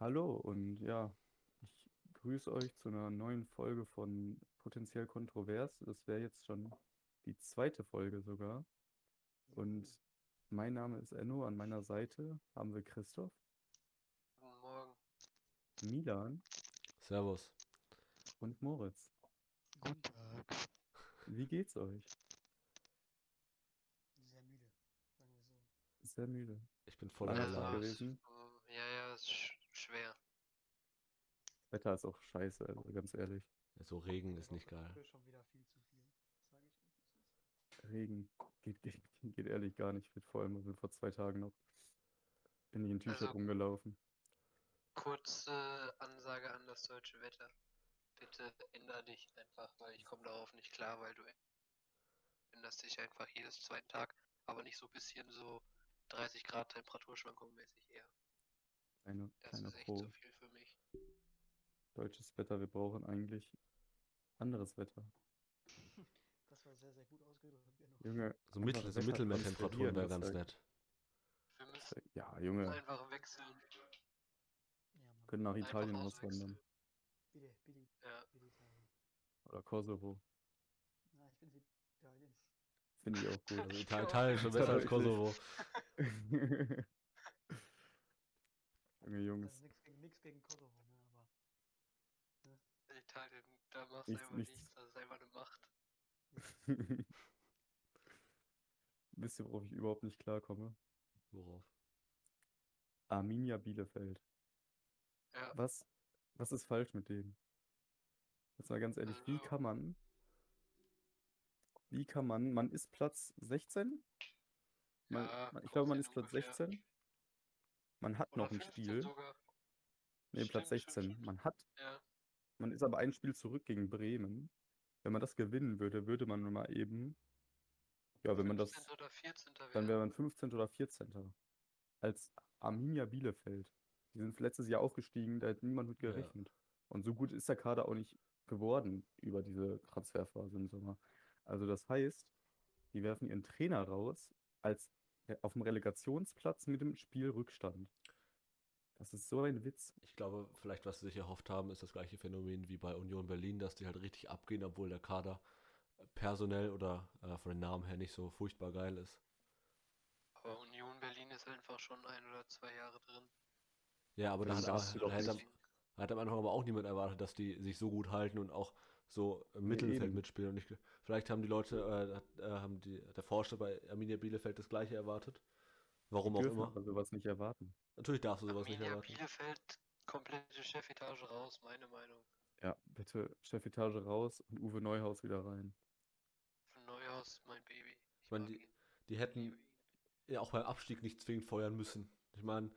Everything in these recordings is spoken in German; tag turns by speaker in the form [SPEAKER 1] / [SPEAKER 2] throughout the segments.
[SPEAKER 1] Hallo und ja, ich grüße euch zu einer neuen Folge von Potenziell Kontrovers. Das wäre jetzt schon die zweite Folge sogar. Und mein Name ist Enno, an meiner Seite haben wir Christoph,
[SPEAKER 2] Guten Morgen.
[SPEAKER 1] Milan
[SPEAKER 3] Servus.
[SPEAKER 1] und Moritz.
[SPEAKER 2] Guten Tag.
[SPEAKER 1] Wie geht's euch?
[SPEAKER 2] Sehr müde, sagen wir so.
[SPEAKER 1] Sehr müde.
[SPEAKER 3] Ich bin voll
[SPEAKER 1] Langer
[SPEAKER 3] am
[SPEAKER 1] Tag
[SPEAKER 3] Arsch.
[SPEAKER 1] gewesen.
[SPEAKER 2] ähm, Ja, ja, ist sch schwer.
[SPEAKER 1] Wetter ist auch scheiße, also ganz ehrlich.
[SPEAKER 3] So Regen ist nicht geil.
[SPEAKER 2] Früh schon wieder viel zu viel, sage ich euch. wie es ist.
[SPEAKER 1] Regen geht, geht, geht ehrlich gar nicht fit, vor allem also vor zwei Tagen noch bin ich in T-Shirt
[SPEAKER 2] Also-
[SPEAKER 1] rumgelaufen.
[SPEAKER 2] Kurze Ansage an das deutsche Wetter. Bitte änder dich einfach, weil ich komme darauf nicht klar, weil du änderst dich einfach jedes zweiten Tag, aber nicht so ein bisschen so 30 Grad Temperaturschwankung mäßig eher.
[SPEAKER 1] Eine
[SPEAKER 2] Das
[SPEAKER 1] kleine
[SPEAKER 2] ist echt
[SPEAKER 1] Pro.
[SPEAKER 2] zu viel für mich.
[SPEAKER 1] Deutsches Wetter, wir brauchen eigentlich anderes Wetter.
[SPEAKER 4] Das war sehr, sehr gut ausgedrückt. Genau.
[SPEAKER 1] Junge,
[SPEAKER 3] So,
[SPEAKER 1] einfach
[SPEAKER 3] Mittel, so
[SPEAKER 1] Wetter
[SPEAKER 3] Mittelmeertemperaturen
[SPEAKER 1] transferieren,
[SPEAKER 3] wäre
[SPEAKER 1] das
[SPEAKER 3] ganz
[SPEAKER 1] Zeug.
[SPEAKER 3] nett.
[SPEAKER 2] Wir müssen
[SPEAKER 1] Zeug. Ja, Junge,
[SPEAKER 2] einfach wechseln.
[SPEAKER 4] Ja, Mann.
[SPEAKER 1] können nach Italien
[SPEAKER 2] einfach
[SPEAKER 1] auswandern
[SPEAKER 2] auswechseln.
[SPEAKER 4] Bitte, bitte,
[SPEAKER 2] Ja.
[SPEAKER 4] bitte Italien.
[SPEAKER 1] oder Kosovo.
[SPEAKER 4] Na, ich bin für Italien.
[SPEAKER 1] Finde ich auch gut.
[SPEAKER 3] Also Italien, Italien ist schon besser als
[SPEAKER 1] Tatsächlich.
[SPEAKER 3] Kosovo.
[SPEAKER 1] Junge Jungs,
[SPEAKER 4] Also nichts gegen, nix gegen Kosovo, ne? Aber
[SPEAKER 2] Italien, da machst du
[SPEAKER 1] Nichts-
[SPEAKER 2] einfach
[SPEAKER 1] nichts.
[SPEAKER 2] nichts, das ist einfach eine Macht.
[SPEAKER 1] wisst ihr, worauf ich überhaupt nicht klarkomme?
[SPEAKER 3] Worauf?
[SPEAKER 1] Arminia Bielefeld.
[SPEAKER 2] Ja.
[SPEAKER 1] Was, was ist falsch mit denen? Jetzt mal ganz ehrlich, wie
[SPEAKER 2] Also-
[SPEAKER 1] kann man, wie kann man, man ist Platz 16? Man,
[SPEAKER 2] Ja,
[SPEAKER 1] man, ich glaube, man ist
[SPEAKER 2] 15
[SPEAKER 1] Platz
[SPEAKER 2] ungefähr.
[SPEAKER 1] 16. Man hat
[SPEAKER 2] Oder
[SPEAKER 1] noch ein
[SPEAKER 2] 15
[SPEAKER 1] Spiel.
[SPEAKER 2] Sogar.
[SPEAKER 1] Nee, Platz
[SPEAKER 2] Stimmt, stimmt,
[SPEAKER 1] 16.
[SPEAKER 2] stimmt.
[SPEAKER 1] Man hat,
[SPEAKER 2] Ja.
[SPEAKER 1] man ist aber ein Spiel zurück gegen Bremen. Wenn man das gewinnen würde, würde man mal eben, ja, wenn man das,
[SPEAKER 2] 15. Oder 14.
[SPEAKER 1] dann wäre man 15. oder 14. Als Arminia Bielefeld. Die sind letztes Jahr aufgestiegen, da hat niemand mit
[SPEAKER 3] Ja.
[SPEAKER 1] gerechnet. Und so gut ist der Kader auch nicht geworden über diese Transferphase im Sommer. Also das heißt, die werfen ihren Trainer raus als auf dem Relegationsplatz mit dem Spielrückstand. Das ist so ein Witz.
[SPEAKER 3] Ich glaube, vielleicht, was sie sich erhofft haben, ist das gleiche Phänomen wie bei Union Berlin, dass die halt richtig abgehen, obwohl der Kader personell oder äh, von den Namen her nicht so furchtbar geil ist.
[SPEAKER 2] Aber Union Berlin ist einfach schon ein oder zwei Jahre drin.
[SPEAKER 3] Ja, aber da
[SPEAKER 1] Das
[SPEAKER 3] hat,
[SPEAKER 1] darfst du
[SPEAKER 3] aber,
[SPEAKER 1] doch
[SPEAKER 3] hat, am,
[SPEAKER 1] nicht.
[SPEAKER 3] hat am Anfang aber auch niemand erwartet, dass die sich so gut halten und auch so im Mittelfeld
[SPEAKER 1] eben.
[SPEAKER 3] mitspielen. Und ich, ge- vielleicht haben die Leute, äh, hat, äh, haben die, der Forscher bei Arminia Bielefeld das gleiche erwartet. Warum auch
[SPEAKER 1] dürfen
[SPEAKER 3] immer.
[SPEAKER 1] aber sowas nicht erwarten.
[SPEAKER 3] Natürlich darfst du sowas nicht
[SPEAKER 2] Arminia
[SPEAKER 3] erwarten.
[SPEAKER 2] Bielefeld, komplette Chefetage raus, meine Meinung.
[SPEAKER 1] Ja, bitte Chefetage raus und Uwe Neuhaus wieder rein.
[SPEAKER 2] Für Neuhaus, mein Baby. Ich
[SPEAKER 3] Man,
[SPEAKER 2] mag
[SPEAKER 3] die-
[SPEAKER 2] ihn.
[SPEAKER 3] Die hätten ja auch beim Abstieg nicht zwingend feuern müssen. Ich meine,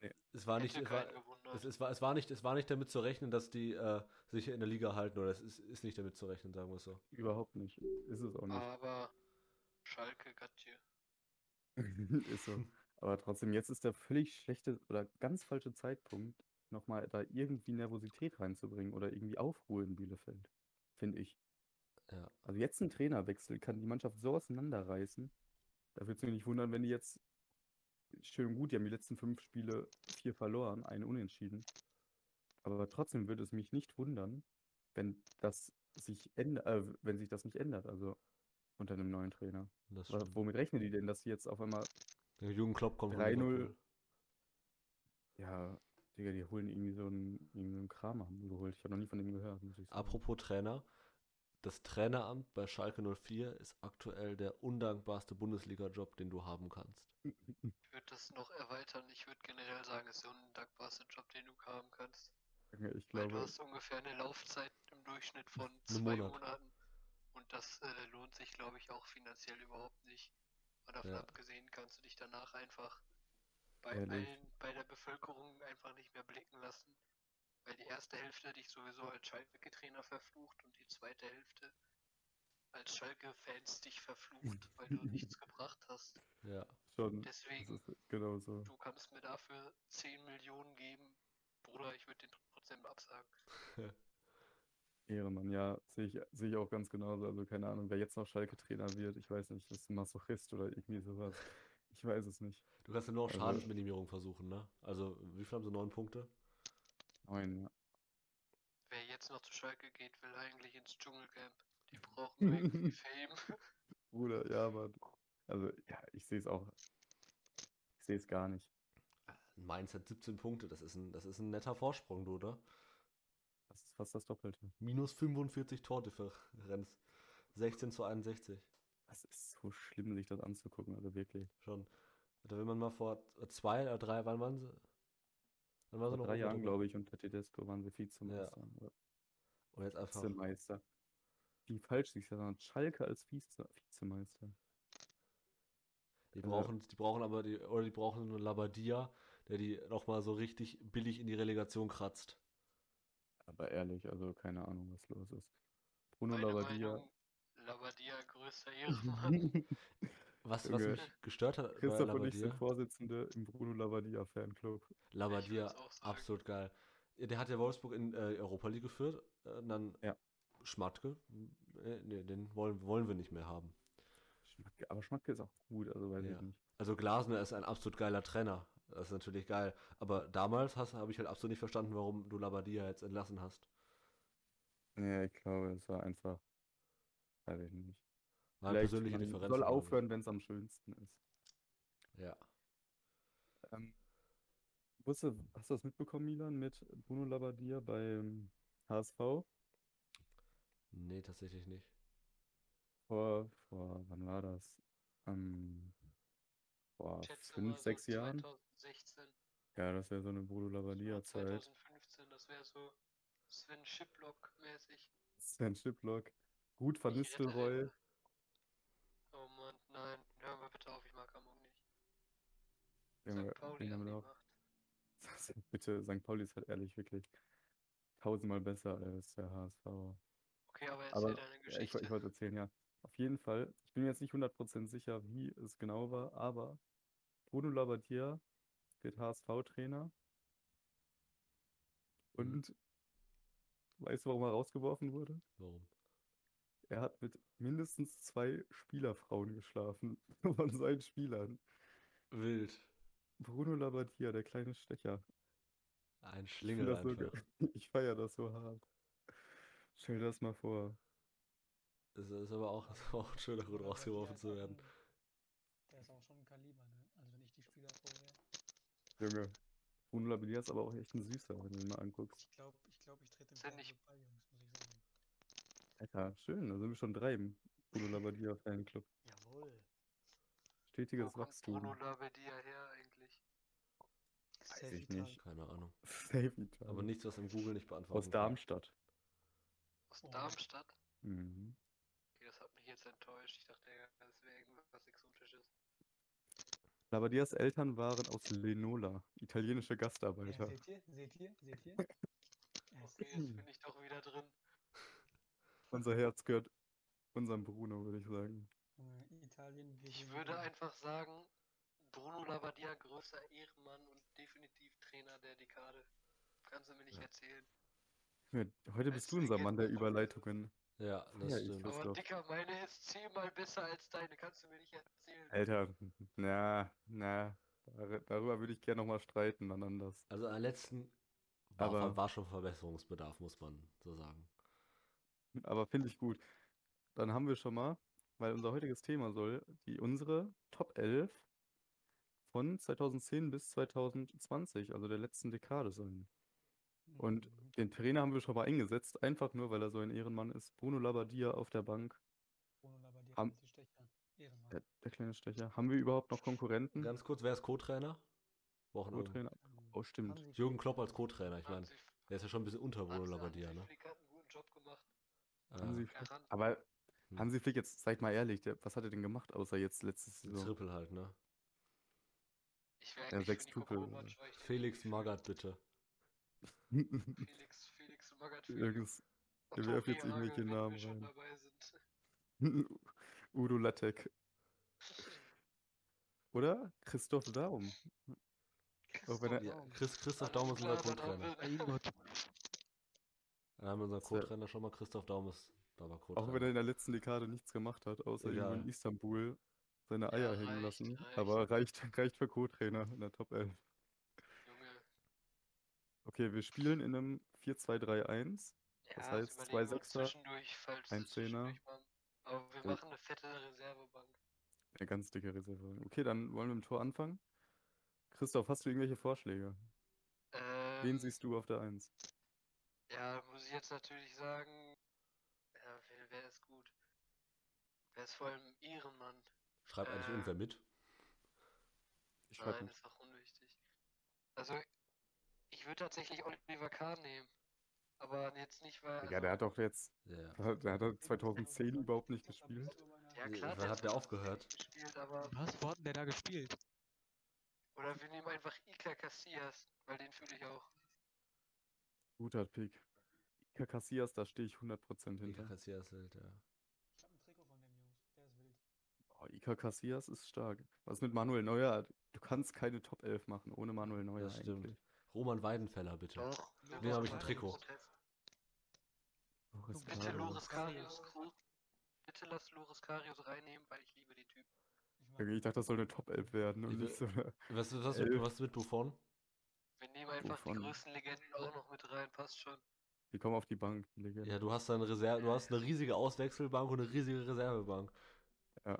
[SPEAKER 1] Nee.
[SPEAKER 3] es war nicht,
[SPEAKER 2] Hätte
[SPEAKER 3] es war,
[SPEAKER 2] keinen gewundert.
[SPEAKER 3] es, es war, es war nicht, es war nicht damit zu rechnen, dass die äh, sich in der Liga halten oder es ist, ist nicht damit zu rechnen, sagen wir es so.
[SPEAKER 1] Überhaupt nicht. Ist es auch nicht.
[SPEAKER 2] Aber Schalke, Gatje.
[SPEAKER 1] Ist so. Aber trotzdem, jetzt ist der völlig schlechte oder ganz falsche Zeitpunkt, nochmal da irgendwie Nervosität reinzubringen oder irgendwie Aufruhr in Bielefeld, finde ich.
[SPEAKER 3] Ja.
[SPEAKER 1] Also jetzt ein Trainerwechsel kann die Mannschaft so auseinanderreißen. Da würde es mich nicht wundern, wenn die jetzt schön und gut, die haben die letzten fünf Spiele vier verloren, einen unentschieden. Aber trotzdem würde es mich nicht wundern, wenn das sich ändert, äh, wenn sich das nicht ändert, also unter einem neuen Trainer.
[SPEAKER 3] Und Das
[SPEAKER 1] Aber Womit rechnen die denn, dass sie jetzt auf einmal,
[SPEAKER 3] der Jürgen Klopp kommt von
[SPEAKER 1] 3-0.
[SPEAKER 3] Liverpool.
[SPEAKER 1] ja, Digga, die holen irgendwie so einen, irgendeinen Kram haben die geholt. Ich habe noch nie von dem gehört, muss ich sagen.
[SPEAKER 3] Apropos Trainer, das Traineramt bei Schalke 04 ist aktuell der undankbarste Bundesliga-Job, den du haben kannst.
[SPEAKER 2] Ich würde das noch erweitern. Ich würde generell sagen, es ist so ein dankbarster Job, den du haben kannst.
[SPEAKER 1] Junge, Ich
[SPEAKER 2] Weil du
[SPEAKER 1] glaube,
[SPEAKER 2] hast ungefähr eine Laufzeit im Durchschnitt von
[SPEAKER 3] Einen
[SPEAKER 2] zwei
[SPEAKER 3] Monat.
[SPEAKER 2] Monaten. Und das äh, lohnt sich, glaube ich, auch finanziell überhaupt nicht. Mal davon
[SPEAKER 3] Ja.
[SPEAKER 2] abgesehen, kannst du dich danach einfach bei
[SPEAKER 1] Ehrlich.
[SPEAKER 2] allen, bei der Bevölkerung einfach nicht mehr blicken lassen. Weil die erste Hälfte dich sowieso als Schalke-Trainer verflucht und die zweite Hälfte als Schalke-Fans dich verflucht, weil du nichts gebracht hast.
[SPEAKER 3] Ja.
[SPEAKER 1] schon, das
[SPEAKER 2] Deswegen,
[SPEAKER 1] ist genau so.
[SPEAKER 2] du kannst mir dafür 10 Millionen geben. Bruder, ich würde den trotzdem absagen.
[SPEAKER 1] Ehrenmann, ja, sehe ich, sehe ich auch ganz genauso. Also keine Ahnung, wer jetzt noch Schalke-Trainer wird, ich weiß nicht, ist ein Masochist oder irgendwie sowas. Ich weiß es nicht.
[SPEAKER 3] Du kannst ja nur noch
[SPEAKER 1] Also-
[SPEAKER 3] Schadensminimierung versuchen, ne? Also, wie viel haben sie? Neun Punkte?
[SPEAKER 1] Neun, ja.
[SPEAKER 2] Wer jetzt noch zu Schalke geht, will eigentlich ins Dschungelcamp. Die brauchen irgendwie Fame.
[SPEAKER 1] Bruder, ja, aber. Also, ja, ich sehe es auch. Ich sehe es gar nicht.
[SPEAKER 3] Mainz hat 17 Punkte, das ist ein, das ist ein netter Vorsprung, du, oder?
[SPEAKER 1] Das ist fast das Doppelte.
[SPEAKER 3] Minus 45 Tordifferenz. 16 zu 61.
[SPEAKER 1] Das ist so schlimm, sich das anzugucken, also wirklich.
[SPEAKER 3] Schon. Da will man mal vor zwei oder drei, wann waren sie? Dann
[SPEAKER 1] Vor
[SPEAKER 3] waren sie noch
[SPEAKER 1] drei Jahren,
[SPEAKER 3] Oberliga.
[SPEAKER 1] glaube ich, unter Tedesco waren wir Vizemeister. oder
[SPEAKER 3] Und jetzt einfach.
[SPEAKER 1] Vizemeister. Wie falsch sich das an. Schalke als Vize Vizemeister.
[SPEAKER 3] Die
[SPEAKER 1] Also-
[SPEAKER 3] brauchen, die brauchen aber die, oder die brauchen einen Labadia, der die nochmal so richtig billig in die Relegation kratzt.
[SPEAKER 1] Aber ehrlich, also keine Ahnung, was los ist. Bruno
[SPEAKER 2] Meine
[SPEAKER 1] Labbadia.
[SPEAKER 2] Meinung, Labadia, größter Ehrenmann.
[SPEAKER 3] Was, was
[SPEAKER 1] Junge.
[SPEAKER 3] mich gestört hat bei
[SPEAKER 1] Christoph und ich sind
[SPEAKER 3] Labadia,
[SPEAKER 1] Vorsitzende im Bruno Labbadia Fanclub.
[SPEAKER 3] Labadia,
[SPEAKER 2] Ich würd's auch sagen.
[SPEAKER 3] absolut geil. Ja, Der hat ja Wolfsburg in äh, Europa League geführt, äh, und dann
[SPEAKER 1] Ja.
[SPEAKER 3] Schmatke, äh, nee, den wollen, wollen wir nicht mehr haben.
[SPEAKER 1] Schmatke, aber Schmatke ist auch gut, also weiß
[SPEAKER 3] Ja.
[SPEAKER 1] ich nicht.
[SPEAKER 3] Also Glasner ist ein absolut geiler Trainer. Das ist natürlich geil. Aber damals habe ich halt absolut nicht verstanden, warum du Labadia jetzt entlassen hast.
[SPEAKER 1] Ja, ich glaube, es war einfach. Weiß ich nicht.
[SPEAKER 3] War
[SPEAKER 1] Vielleicht,
[SPEAKER 3] persönliche
[SPEAKER 1] man
[SPEAKER 3] Differenzen,
[SPEAKER 1] soll
[SPEAKER 3] glaub ich.
[SPEAKER 1] aufhören, wenn es am schönsten ist.
[SPEAKER 3] Ja.
[SPEAKER 1] Ähm, wusste, hast du das mitbekommen, Milan, mit Bruno Labbadia beim HSV?
[SPEAKER 3] Nee, tatsächlich nicht.
[SPEAKER 1] Vor, vor, wann war das? Ähm, vor
[SPEAKER 2] Schätze mal
[SPEAKER 1] fünf,
[SPEAKER 2] so
[SPEAKER 1] sechs Jahren?
[SPEAKER 2] 2016,
[SPEAKER 1] Ja, das wäre so eine Bruno Labbadia-Zeit.
[SPEAKER 2] 2015, das wäre so Sven Shiplock-mäßig.
[SPEAKER 1] Sven Schiplock, Gut van
[SPEAKER 2] Ich rette
[SPEAKER 1] Nistelrooy.
[SPEAKER 2] einfach. Oh Mann, nein, hör mal bitte auf, ich mag Hamburg nicht.
[SPEAKER 1] Junge,
[SPEAKER 2] St. Pauli
[SPEAKER 1] den haben
[SPEAKER 2] haben die
[SPEAKER 1] wir doch.
[SPEAKER 2] gemacht.
[SPEAKER 1] Bitte, St. Pauli ist halt ehrlich wirklich tausendmal besser als der HSV.
[SPEAKER 2] Okay, aber
[SPEAKER 1] Aber,
[SPEAKER 2] erzähl deine
[SPEAKER 1] Ja, ich, woll-
[SPEAKER 2] Geschichte.
[SPEAKER 1] ich wollte erzählen, ja. Auf jeden Fall, ich bin mir jetzt nicht 100% sicher, wie es genau war, aber Bruno Labbadia wird HSV-Trainer. Und weißt du, warum er rausgeworfen wurde?
[SPEAKER 3] Warum?
[SPEAKER 1] Er hat mit mindestens zwei Spielerfrauen geschlafen von seinen Spielern.
[SPEAKER 3] Wild.
[SPEAKER 1] Bruno Labbadia, der kleine Stecher.
[SPEAKER 3] Ein
[SPEAKER 1] Ich
[SPEAKER 3] Schlingel
[SPEAKER 1] das so ge-
[SPEAKER 3] einfach.
[SPEAKER 1] ich feiere das so hart. Stell dir das mal vor.
[SPEAKER 3] Es ist aber auch, es war auch schön, da gut
[SPEAKER 4] Bruno
[SPEAKER 3] rausgeworfen
[SPEAKER 4] Labbadia
[SPEAKER 3] zu
[SPEAKER 4] ist auch
[SPEAKER 3] werden.
[SPEAKER 4] ein- Der ist auch schon ein Kaliber, ne? Also wenn ich die Spieler vorher.
[SPEAKER 1] Junge. Bruno Labbadia ist aber auch echt ein Süßer, wenn du ihn mal anguckst.
[SPEAKER 4] Ich glaube, ich, glaub, ich trete
[SPEAKER 2] Ist
[SPEAKER 4] dem
[SPEAKER 2] er nicht-
[SPEAKER 4] voll auf den Ball, Jungs, muss ich sagen.
[SPEAKER 1] Alter, schön, da sind wir schon drei im Bruno Labbadia Fanclub.
[SPEAKER 4] Jawohl.
[SPEAKER 2] Wo
[SPEAKER 1] Stetiges
[SPEAKER 2] kommt Bruno
[SPEAKER 1] Wachstum.
[SPEAKER 2] Labbadia her eigentlich?
[SPEAKER 1] Weiß ich
[SPEAKER 4] Selfie-Tank.
[SPEAKER 1] nicht.
[SPEAKER 3] Keine Ahnung.
[SPEAKER 1] Safe Italien.
[SPEAKER 3] Aber nichts, was im Google nicht beantworten
[SPEAKER 1] Aus
[SPEAKER 3] kann.
[SPEAKER 1] Darmstadt.
[SPEAKER 2] Aus
[SPEAKER 4] Oh.
[SPEAKER 2] Darmstadt?
[SPEAKER 1] Mhm.
[SPEAKER 2] Okay, das hat mich jetzt enttäuscht. Ich dachte, ja, das wäre irgendwas Exotisches.
[SPEAKER 1] Labbadias Eltern waren aus Lenola, italienische
[SPEAKER 4] Ja,
[SPEAKER 1] Gastarbeiter.
[SPEAKER 4] seht ihr? Seht ihr? Seht ihr? Er ist-
[SPEAKER 2] Okay, jetzt bin ich doch wieder drin.
[SPEAKER 1] Unser Herz gehört unserem Bruno, würde ich sagen.
[SPEAKER 4] Junge, äh, Italien, wir
[SPEAKER 2] Ich
[SPEAKER 4] sind
[SPEAKER 2] würde
[SPEAKER 4] Bruno.
[SPEAKER 2] einfach sagen, Bruno Labbadia, größter Ehrenmann und definitiv Trainer der Dekade. Kannst du mir nicht
[SPEAKER 3] Ja.
[SPEAKER 2] erzählen.
[SPEAKER 1] Ja, Heute bist
[SPEAKER 2] Weißt
[SPEAKER 1] du
[SPEAKER 2] du,
[SPEAKER 1] unser
[SPEAKER 2] geht
[SPEAKER 1] Mann der
[SPEAKER 2] mir doch-
[SPEAKER 1] Überleitungen.
[SPEAKER 3] Ja, das
[SPEAKER 1] Ja, ich
[SPEAKER 3] stimmt.
[SPEAKER 1] weiß-
[SPEAKER 2] Aber
[SPEAKER 1] doch.
[SPEAKER 2] Dicker, meine ist zehnmal besser als deine. Kannst du mir nicht erzählen.
[SPEAKER 1] Alter, na, na, dar- darüber würde ich gerne nochmal streiten, dann anders.
[SPEAKER 3] Also am letzten war,
[SPEAKER 1] Aber-
[SPEAKER 3] war schon Verbesserungsbedarf, muss man so sagen.
[SPEAKER 1] Aber finde ich gut. Dann haben wir schon mal, weil unser heutiges Thema soll, die unsere Top 11 von 2010 bis 2020, also der letzten Dekade sein. Und
[SPEAKER 4] Mhm.
[SPEAKER 1] den Trainer haben wir schon mal eingesetzt, einfach nur, weil er so ein Ehrenmann ist. Bruno Labbadia auf der Bank,
[SPEAKER 4] Bruno Labbadia,
[SPEAKER 1] Am-
[SPEAKER 4] Hansi Stecher. Ehrenmann.
[SPEAKER 1] der, der kleine Stecher. Haben wir überhaupt noch Konkurrenten?
[SPEAKER 3] Ganz genau. kurz, wer ist Co-Trainer?
[SPEAKER 1] Hm.
[SPEAKER 3] Wochenende.
[SPEAKER 1] Co-Trainer. Oh, stimmt.
[SPEAKER 4] Hansi
[SPEAKER 3] Jürgen
[SPEAKER 4] Flick.
[SPEAKER 3] Klopp als Co-Trainer, ich meine.
[SPEAKER 2] Hansi-
[SPEAKER 3] Der ist ja schon ein bisschen unter Bruno
[SPEAKER 2] Hans-
[SPEAKER 3] Labbadia,
[SPEAKER 2] Hansi
[SPEAKER 3] ne?
[SPEAKER 2] Flick hat einen guten Job gemacht.
[SPEAKER 1] Hansi
[SPEAKER 3] Äh,
[SPEAKER 1] Flick.
[SPEAKER 2] Garant.
[SPEAKER 1] Aber
[SPEAKER 3] Hm.
[SPEAKER 1] Hansi Flick, jetzt seid mal ehrlich, der, was hat er denn gemacht, außer jetzt letzte
[SPEAKER 3] ein
[SPEAKER 1] Saison?
[SPEAKER 3] Triple halt, ne?
[SPEAKER 2] Ich wäre eigentlich
[SPEAKER 1] sechs
[SPEAKER 2] für Nico
[SPEAKER 1] Tupel,
[SPEAKER 2] Kovac,
[SPEAKER 1] äh,
[SPEAKER 2] weil ich den
[SPEAKER 3] Felix
[SPEAKER 2] lieb.
[SPEAKER 3] Magath, bitte.
[SPEAKER 2] Felix, Felix Magath, Felix.
[SPEAKER 1] Irgends- der werft jetzt
[SPEAKER 2] Tobi
[SPEAKER 1] irgendwelche
[SPEAKER 2] Hagel, wenn
[SPEAKER 1] Namen
[SPEAKER 2] wir schon
[SPEAKER 1] rein.
[SPEAKER 2] dabei sind.
[SPEAKER 1] Udo Lattek. Oder? Christoph Daum. Auch wenn er-
[SPEAKER 3] Ja, Chris, Christoph Daum ist
[SPEAKER 2] Alles
[SPEAKER 3] unser
[SPEAKER 2] klar, dann haben wir-
[SPEAKER 3] Co-Trainer. Dann haben wir unseren
[SPEAKER 1] Das wär-
[SPEAKER 3] Co-Trainer schon mal. Christoph Daum ist da war
[SPEAKER 1] Auch wenn er
[SPEAKER 3] Co-Trainer.
[SPEAKER 1] in der letzten Dekade nichts gemacht hat, außer
[SPEAKER 3] Ja.
[SPEAKER 1] irgendwo in Istanbul seine
[SPEAKER 2] Ja,
[SPEAKER 1] Eier hängen
[SPEAKER 2] reicht,
[SPEAKER 1] lassen.
[SPEAKER 2] reicht.
[SPEAKER 1] Aber reicht, reicht für Co-Trainer in der Top 11.
[SPEAKER 2] Junge.
[SPEAKER 1] Okay, wir spielen in einem 4-2-3-1.
[SPEAKER 2] Ja, also
[SPEAKER 1] Das heißt,
[SPEAKER 2] überlegen
[SPEAKER 1] zwei
[SPEAKER 2] wir uns
[SPEAKER 1] Sechser,
[SPEAKER 2] zwischendurch, falls
[SPEAKER 1] ein
[SPEAKER 2] das
[SPEAKER 1] Zehner.
[SPEAKER 2] zwischendurch mal- Aber wir
[SPEAKER 1] Ja.
[SPEAKER 2] machen eine fette Reservebank.
[SPEAKER 1] Eine ganz dicke Reserve. Okay, dann wollen wir im Tor anfangen. Christoph, hast du irgendwelche Vorschläge? Wen
[SPEAKER 2] Ähm,
[SPEAKER 1] siehst du auf der 1?
[SPEAKER 2] Ja, muss ich jetzt natürlich sagen, ja, wer, wer ist gut? Wer ist vor allem Ehrenmann?
[SPEAKER 3] Schreibt eigentlich
[SPEAKER 2] Äh,
[SPEAKER 3] irgendwer mit?
[SPEAKER 1] Ich schreibe
[SPEAKER 2] Nein, ist auch unwichtig. Also, ich würde tatsächlich Oliver Kahn nehmen. Aber jetzt nicht, weil.
[SPEAKER 1] Ja, der hat
[SPEAKER 2] also,
[SPEAKER 1] doch jetzt, der
[SPEAKER 3] Ja.
[SPEAKER 1] hat doch 2010 überhaupt nicht gespielt.
[SPEAKER 2] Ja, klar,
[SPEAKER 3] Wann hat der
[SPEAKER 2] hat
[SPEAKER 3] aufgehört?
[SPEAKER 2] nicht Gespielt, aber,
[SPEAKER 5] Was? Wo hat denn der da gespielt?
[SPEAKER 2] oder wir nehmen einfach Iker Casillas, weil den fühle ich auch.
[SPEAKER 1] Guter Pick. Iker Casillas, da stehe ich 100%
[SPEAKER 3] Mika
[SPEAKER 1] hinter.
[SPEAKER 3] Casillas halt, ja.
[SPEAKER 4] Ich hab einen Trikot von dem Jungs. Der ist wild.
[SPEAKER 1] Oh, Iker Casillas ist stark. Was mit Manuel Neuer? Du kannst keine Top 11 machen ohne Manuel Neuer
[SPEAKER 3] Das stimmt.
[SPEAKER 1] eigentlich.
[SPEAKER 3] Roman Weidenfeller, bitte.
[SPEAKER 2] Doch,
[SPEAKER 3] Mit dem hab ich ein Trikot.
[SPEAKER 1] Loris
[SPEAKER 2] Bitte
[SPEAKER 1] Karius.
[SPEAKER 2] Loris Karius. Bitte lass Loris Karius reinnehmen, weil ich liebe den Typ.
[SPEAKER 4] Ich mag
[SPEAKER 1] Junge, Ich dachte, das soll eine Top 11 werden und
[SPEAKER 3] Ich
[SPEAKER 1] nicht so eine
[SPEAKER 3] Was, was, mit,
[SPEAKER 1] Elf.
[SPEAKER 3] was mit Buffon?
[SPEAKER 2] Wir nehmen einfach die
[SPEAKER 1] Wovon?
[SPEAKER 2] größten Legenden auch noch mit rein, passt schon.
[SPEAKER 1] Die kommen auf die Bank, Digga.
[SPEAKER 3] Ja, du hast da eine Reserve, du hast eine riesige Auswechselbank und eine riesige Reservebank.
[SPEAKER 1] Ja.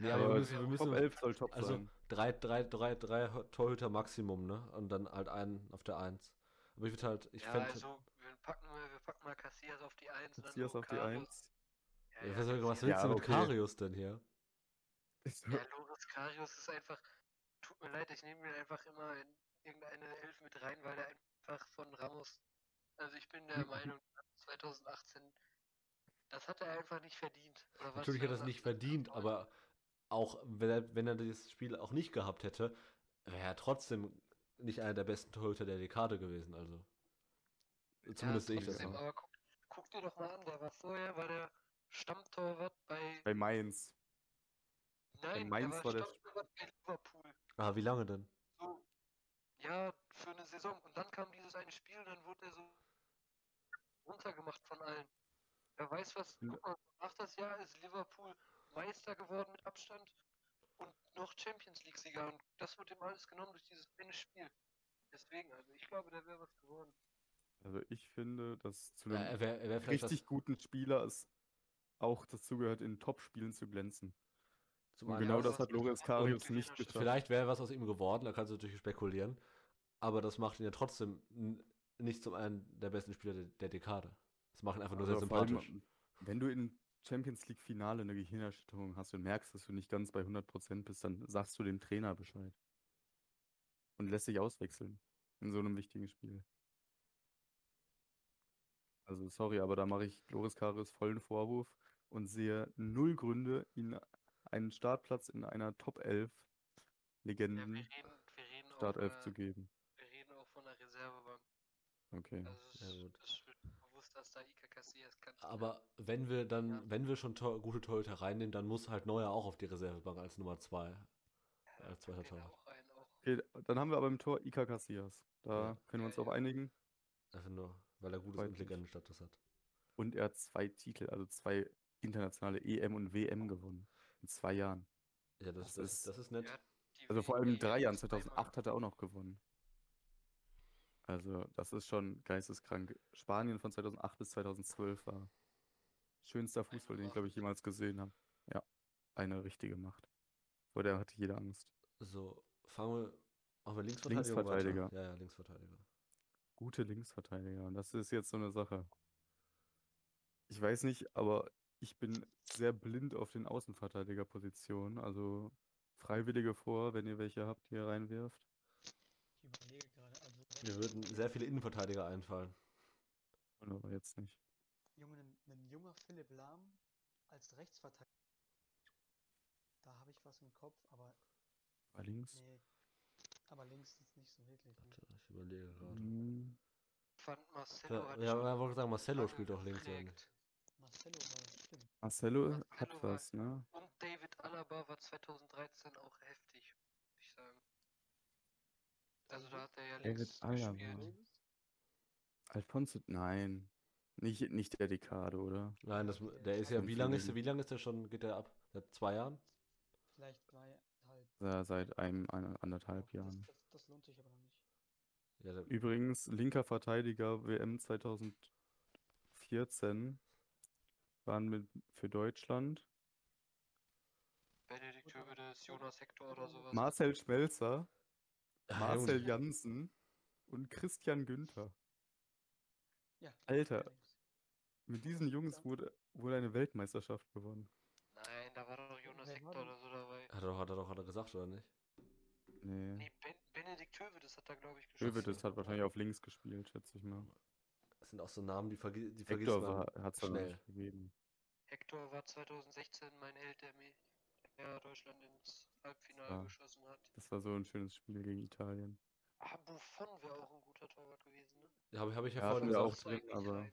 [SPEAKER 3] Nee, aber wir
[SPEAKER 1] Aber
[SPEAKER 3] müssen, wir
[SPEAKER 1] Top
[SPEAKER 3] müssen
[SPEAKER 1] 11 soll top
[SPEAKER 3] also-
[SPEAKER 1] sein.
[SPEAKER 3] drei, drei, drei, drei Torhüter Maximum, ne? Und dann halt einen auf der Eins. Aber ich würde halt, ich
[SPEAKER 2] ja,
[SPEAKER 3] fände,
[SPEAKER 2] also wir packen mal, wir packen mal Cassias auf die 1
[SPEAKER 1] Casillas auf die 1.
[SPEAKER 2] Ja,
[SPEAKER 3] Ja,
[SPEAKER 2] ja,
[SPEAKER 3] was, was
[SPEAKER 2] Casillas.
[SPEAKER 3] willst
[SPEAKER 1] Ja,
[SPEAKER 3] du
[SPEAKER 1] aber
[SPEAKER 3] mit
[SPEAKER 1] okay.
[SPEAKER 3] Karius denn hier?
[SPEAKER 2] ja, Loris Karius ist einfach. Tut mir leid, ich nehme ihn einfach immer in irgendeine Elf mit rein, weil er einfach von Ramos. Also ich bin der Meinung, 2018, das hat er einfach nicht verdient. Oder was,
[SPEAKER 3] Natürlich hat er es
[SPEAKER 2] 2018,
[SPEAKER 3] nicht verdient, aber auch wenn er, wenn er dieses Spiel auch nicht gehabt hätte, wäre er trotzdem nicht einer der besten Torhüter der Dekade gewesen. Also zumindest sehe ich also. das
[SPEAKER 2] trotzdem,
[SPEAKER 3] so.
[SPEAKER 2] Aber guck, guck dir doch mal an, der war vorher, war der Stammtorwart bei.
[SPEAKER 1] Bei Mainz.
[SPEAKER 2] Nein,
[SPEAKER 1] Mainz war
[SPEAKER 2] er war
[SPEAKER 1] der-
[SPEAKER 2] Stammtorwart bei Liverpool.
[SPEAKER 3] Ah, wie lange denn?
[SPEAKER 2] So, ja, für eine Saison. Und dann kam dieses eine Spiel, dann wurde er so runtergemacht von allen. Wer weiß was,
[SPEAKER 1] Ja.
[SPEAKER 2] guck mal, nach das Jahr ist Liverpool Meister geworden mit Abstand und noch Champions League-Sieger. Und das wird ihm alles genommen durch dieses eine Spiel. Deswegen, also ich glaube, da wäre was geworden.
[SPEAKER 1] Also ich finde, dass zu
[SPEAKER 3] Ja,
[SPEAKER 1] einem
[SPEAKER 3] Äh, er wäre er wär vielleicht
[SPEAKER 1] richtig
[SPEAKER 3] was,
[SPEAKER 1] guten Spieler es auch dazu gehört, in Top-Spielen zu glänzen.
[SPEAKER 3] zum
[SPEAKER 1] Und
[SPEAKER 3] einen
[SPEAKER 1] genau
[SPEAKER 3] das.
[SPEAKER 1] das hat Lorenz Karius nicht
[SPEAKER 2] Vielleicht-
[SPEAKER 1] geschafft.
[SPEAKER 3] Vielleicht wäre was aus ihm geworden, da kannst du natürlich spekulieren. Aber das macht ihn ja trotzdem n- nicht zum einen der besten Spieler der, der Dekade. Das macht ihn einfach nur sehr
[SPEAKER 1] Aber Also vor allem,
[SPEAKER 3] sympathisch.
[SPEAKER 1] Wenn du in Champions League Finale eine Gehirnerschütterung hast und merkst, dass du nicht ganz bei 100% bist, dann sagst du dem Trainer Bescheid. Und lässt dich auswechseln in so einem wichtigen Spiel. Also sorry, aber da mache ich Loris Karius vollen Vorwurf und sehe null Gründe, ihn einen Startplatz in einer Top 11
[SPEAKER 2] Ja, wir
[SPEAKER 1] Legenden
[SPEAKER 2] reden, äh, wir reden auch von
[SPEAKER 1] Startelf Mhm. zu
[SPEAKER 2] einer,
[SPEAKER 1] geben.
[SPEAKER 2] wir reden auch von der Reservebank.
[SPEAKER 1] Okay.
[SPEAKER 2] Also es
[SPEAKER 3] Ja, gut.
[SPEAKER 2] ist, es wird bewusst, dass da Ika Casillas kann. Genau.
[SPEAKER 3] Aber wenn wir dann,
[SPEAKER 2] Ja.
[SPEAKER 3] wenn wir schon Tor, gute Torhüter reinnehmen, dann muss halt Neuer auch auf die Reservebank als Nummer 2.
[SPEAKER 2] Ja,
[SPEAKER 3] als zweiter
[SPEAKER 2] packen wir da
[SPEAKER 3] Torwart.
[SPEAKER 2] auch einen, Genau, auch
[SPEAKER 1] Okay, dann haben wir aber im Tor Iker Casillas. Da
[SPEAKER 3] Ja.
[SPEAKER 1] können wir uns
[SPEAKER 2] Ja,
[SPEAKER 1] auf
[SPEAKER 2] ja.
[SPEAKER 1] einigen.
[SPEAKER 3] Einfach nur, weil er gutes
[SPEAKER 1] Freut
[SPEAKER 3] und
[SPEAKER 1] mich.
[SPEAKER 3] Legendenstatus hat.
[SPEAKER 1] Und er hat zwei Titel, also zwei internationale EM und WM gewonnen. In zwei Jahren.
[SPEAKER 3] Ja,
[SPEAKER 1] Das
[SPEAKER 3] das, das,
[SPEAKER 1] ist-
[SPEAKER 3] das ist nett.
[SPEAKER 2] Ja, die
[SPEAKER 1] Also vor allem in
[SPEAKER 2] WM
[SPEAKER 1] drei Jahren.
[SPEAKER 2] zweimal.
[SPEAKER 1] 2008 hat er auch noch gewonnen. Also das ist schon geisteskrank. Spanien von 2008 bis 2012 war schönster Fußball, den ich
[SPEAKER 2] Macht.
[SPEAKER 1] glaube ich jemals gesehen habe. Ja, eine richtige Macht. Vor der hatte jeder Angst.
[SPEAKER 3] So, fangen wir. Machen wir Linksverteidigung
[SPEAKER 1] Linksverteidiger.
[SPEAKER 3] weiter. Ja, ja, Linksverteidiger.
[SPEAKER 1] Gute Linksverteidiger. Und das ist jetzt so eine Sache. Ich weiß nicht, aber ich bin sehr blind auf den Außenverteidigerpositionen. Also Freiwillige vor, wenn ihr welche habt, die ihr reinwirft.
[SPEAKER 4] Ich überlege gerade. Also,
[SPEAKER 3] Mir würden sehr viele Innenverteidiger einfallen.
[SPEAKER 1] Und aber jetzt nicht.
[SPEAKER 4] Junge, ein, ein junger Philipp Lahm als Rechtsverteidiger. Da habe ich was im Kopf, aber
[SPEAKER 1] Bei links.
[SPEAKER 4] nee. Aber links ist nicht so wirklich. Ne?
[SPEAKER 3] Warte, Ich überlege gerade.
[SPEAKER 1] Hm,
[SPEAKER 2] Fand Marcelo
[SPEAKER 3] Ja,
[SPEAKER 2] hat
[SPEAKER 3] ja,
[SPEAKER 2] schon
[SPEAKER 3] aber ich wollte sagen, Marcello
[SPEAKER 2] lange
[SPEAKER 3] spielt doch links.
[SPEAKER 2] geprägt.
[SPEAKER 3] eigentlich.
[SPEAKER 4] Marcello war das stimmt.
[SPEAKER 1] Marcelo
[SPEAKER 2] Marcelo
[SPEAKER 1] hat
[SPEAKER 2] war-
[SPEAKER 1] was, ne?
[SPEAKER 2] Und David Alaba war 2013 auch heftig, würde ich sagen. Also da hat er ja
[SPEAKER 1] David
[SPEAKER 2] links
[SPEAKER 1] Alaba.
[SPEAKER 2] gespielt.
[SPEAKER 1] Alfonso, nein. Nicht, nicht der Dekade, oder?
[SPEAKER 3] Nein, das,
[SPEAKER 4] Ja,
[SPEAKER 3] der ist ja,
[SPEAKER 1] schon
[SPEAKER 3] wie
[SPEAKER 1] viel
[SPEAKER 3] lange ist
[SPEAKER 1] länger.
[SPEAKER 3] der, wie lange ist der schon, geht der ab? Seit zwei Jahren?
[SPEAKER 4] Vielleicht zweieinhalb.
[SPEAKER 1] Äh, seit einem, einer, anderthalb
[SPEAKER 4] Okay, das,
[SPEAKER 1] Jahren.
[SPEAKER 4] das, das lohnt sich aber noch nicht.
[SPEAKER 3] Ja, da,
[SPEAKER 1] Übrigens, linker Verteidiger WM 2014 waren mit für Deutschland
[SPEAKER 2] Benedikt Höwedes, Jonas Hector oder sowas.
[SPEAKER 1] Marcel Schmelzer,
[SPEAKER 3] Ah, Junge.
[SPEAKER 1] Marcel Janssen und Christian Günther.
[SPEAKER 4] Ja.
[SPEAKER 1] Alter,
[SPEAKER 4] allerdings.
[SPEAKER 1] Mit diesen Jungs wurde, wurde eine Weltmeisterschaft gewonnen.
[SPEAKER 2] Nein, da war doch Jonas
[SPEAKER 4] Wer war
[SPEAKER 2] Hector
[SPEAKER 4] denn?
[SPEAKER 2] oder so dabei.
[SPEAKER 3] Hat er doch, hat er doch hat er gesagt, oder nicht?
[SPEAKER 1] Nee.
[SPEAKER 2] Nee, ben Benedikt Höwedes hat da, glaube ich, geschossen.
[SPEAKER 1] Höwedes hat wahrscheinlich auf links gespielt, schätze ich mal.
[SPEAKER 3] Das sind auch so Namen, die, vergi die vergisst
[SPEAKER 1] Hector
[SPEAKER 3] man.
[SPEAKER 1] hat es aber
[SPEAKER 3] schnell.
[SPEAKER 1] nicht gegeben.
[SPEAKER 2] Hector war 2016 mein Held, der mir der Deutschland ins Halbfinale
[SPEAKER 1] Ja.
[SPEAKER 2] geschossen hat.
[SPEAKER 1] Das war so ein schönes Spiel gegen Italien.
[SPEAKER 2] Ah, Buffon wäre auch ein guter Torwart gewesen, ne?
[SPEAKER 3] Ja, habe hab ich ja,
[SPEAKER 1] Ja,
[SPEAKER 3] vorhin
[SPEAKER 1] hatten wir auch
[SPEAKER 3] gesagt.
[SPEAKER 2] Passt
[SPEAKER 1] drin,
[SPEAKER 2] eigentlich
[SPEAKER 1] aber- oh
[SPEAKER 2] rein.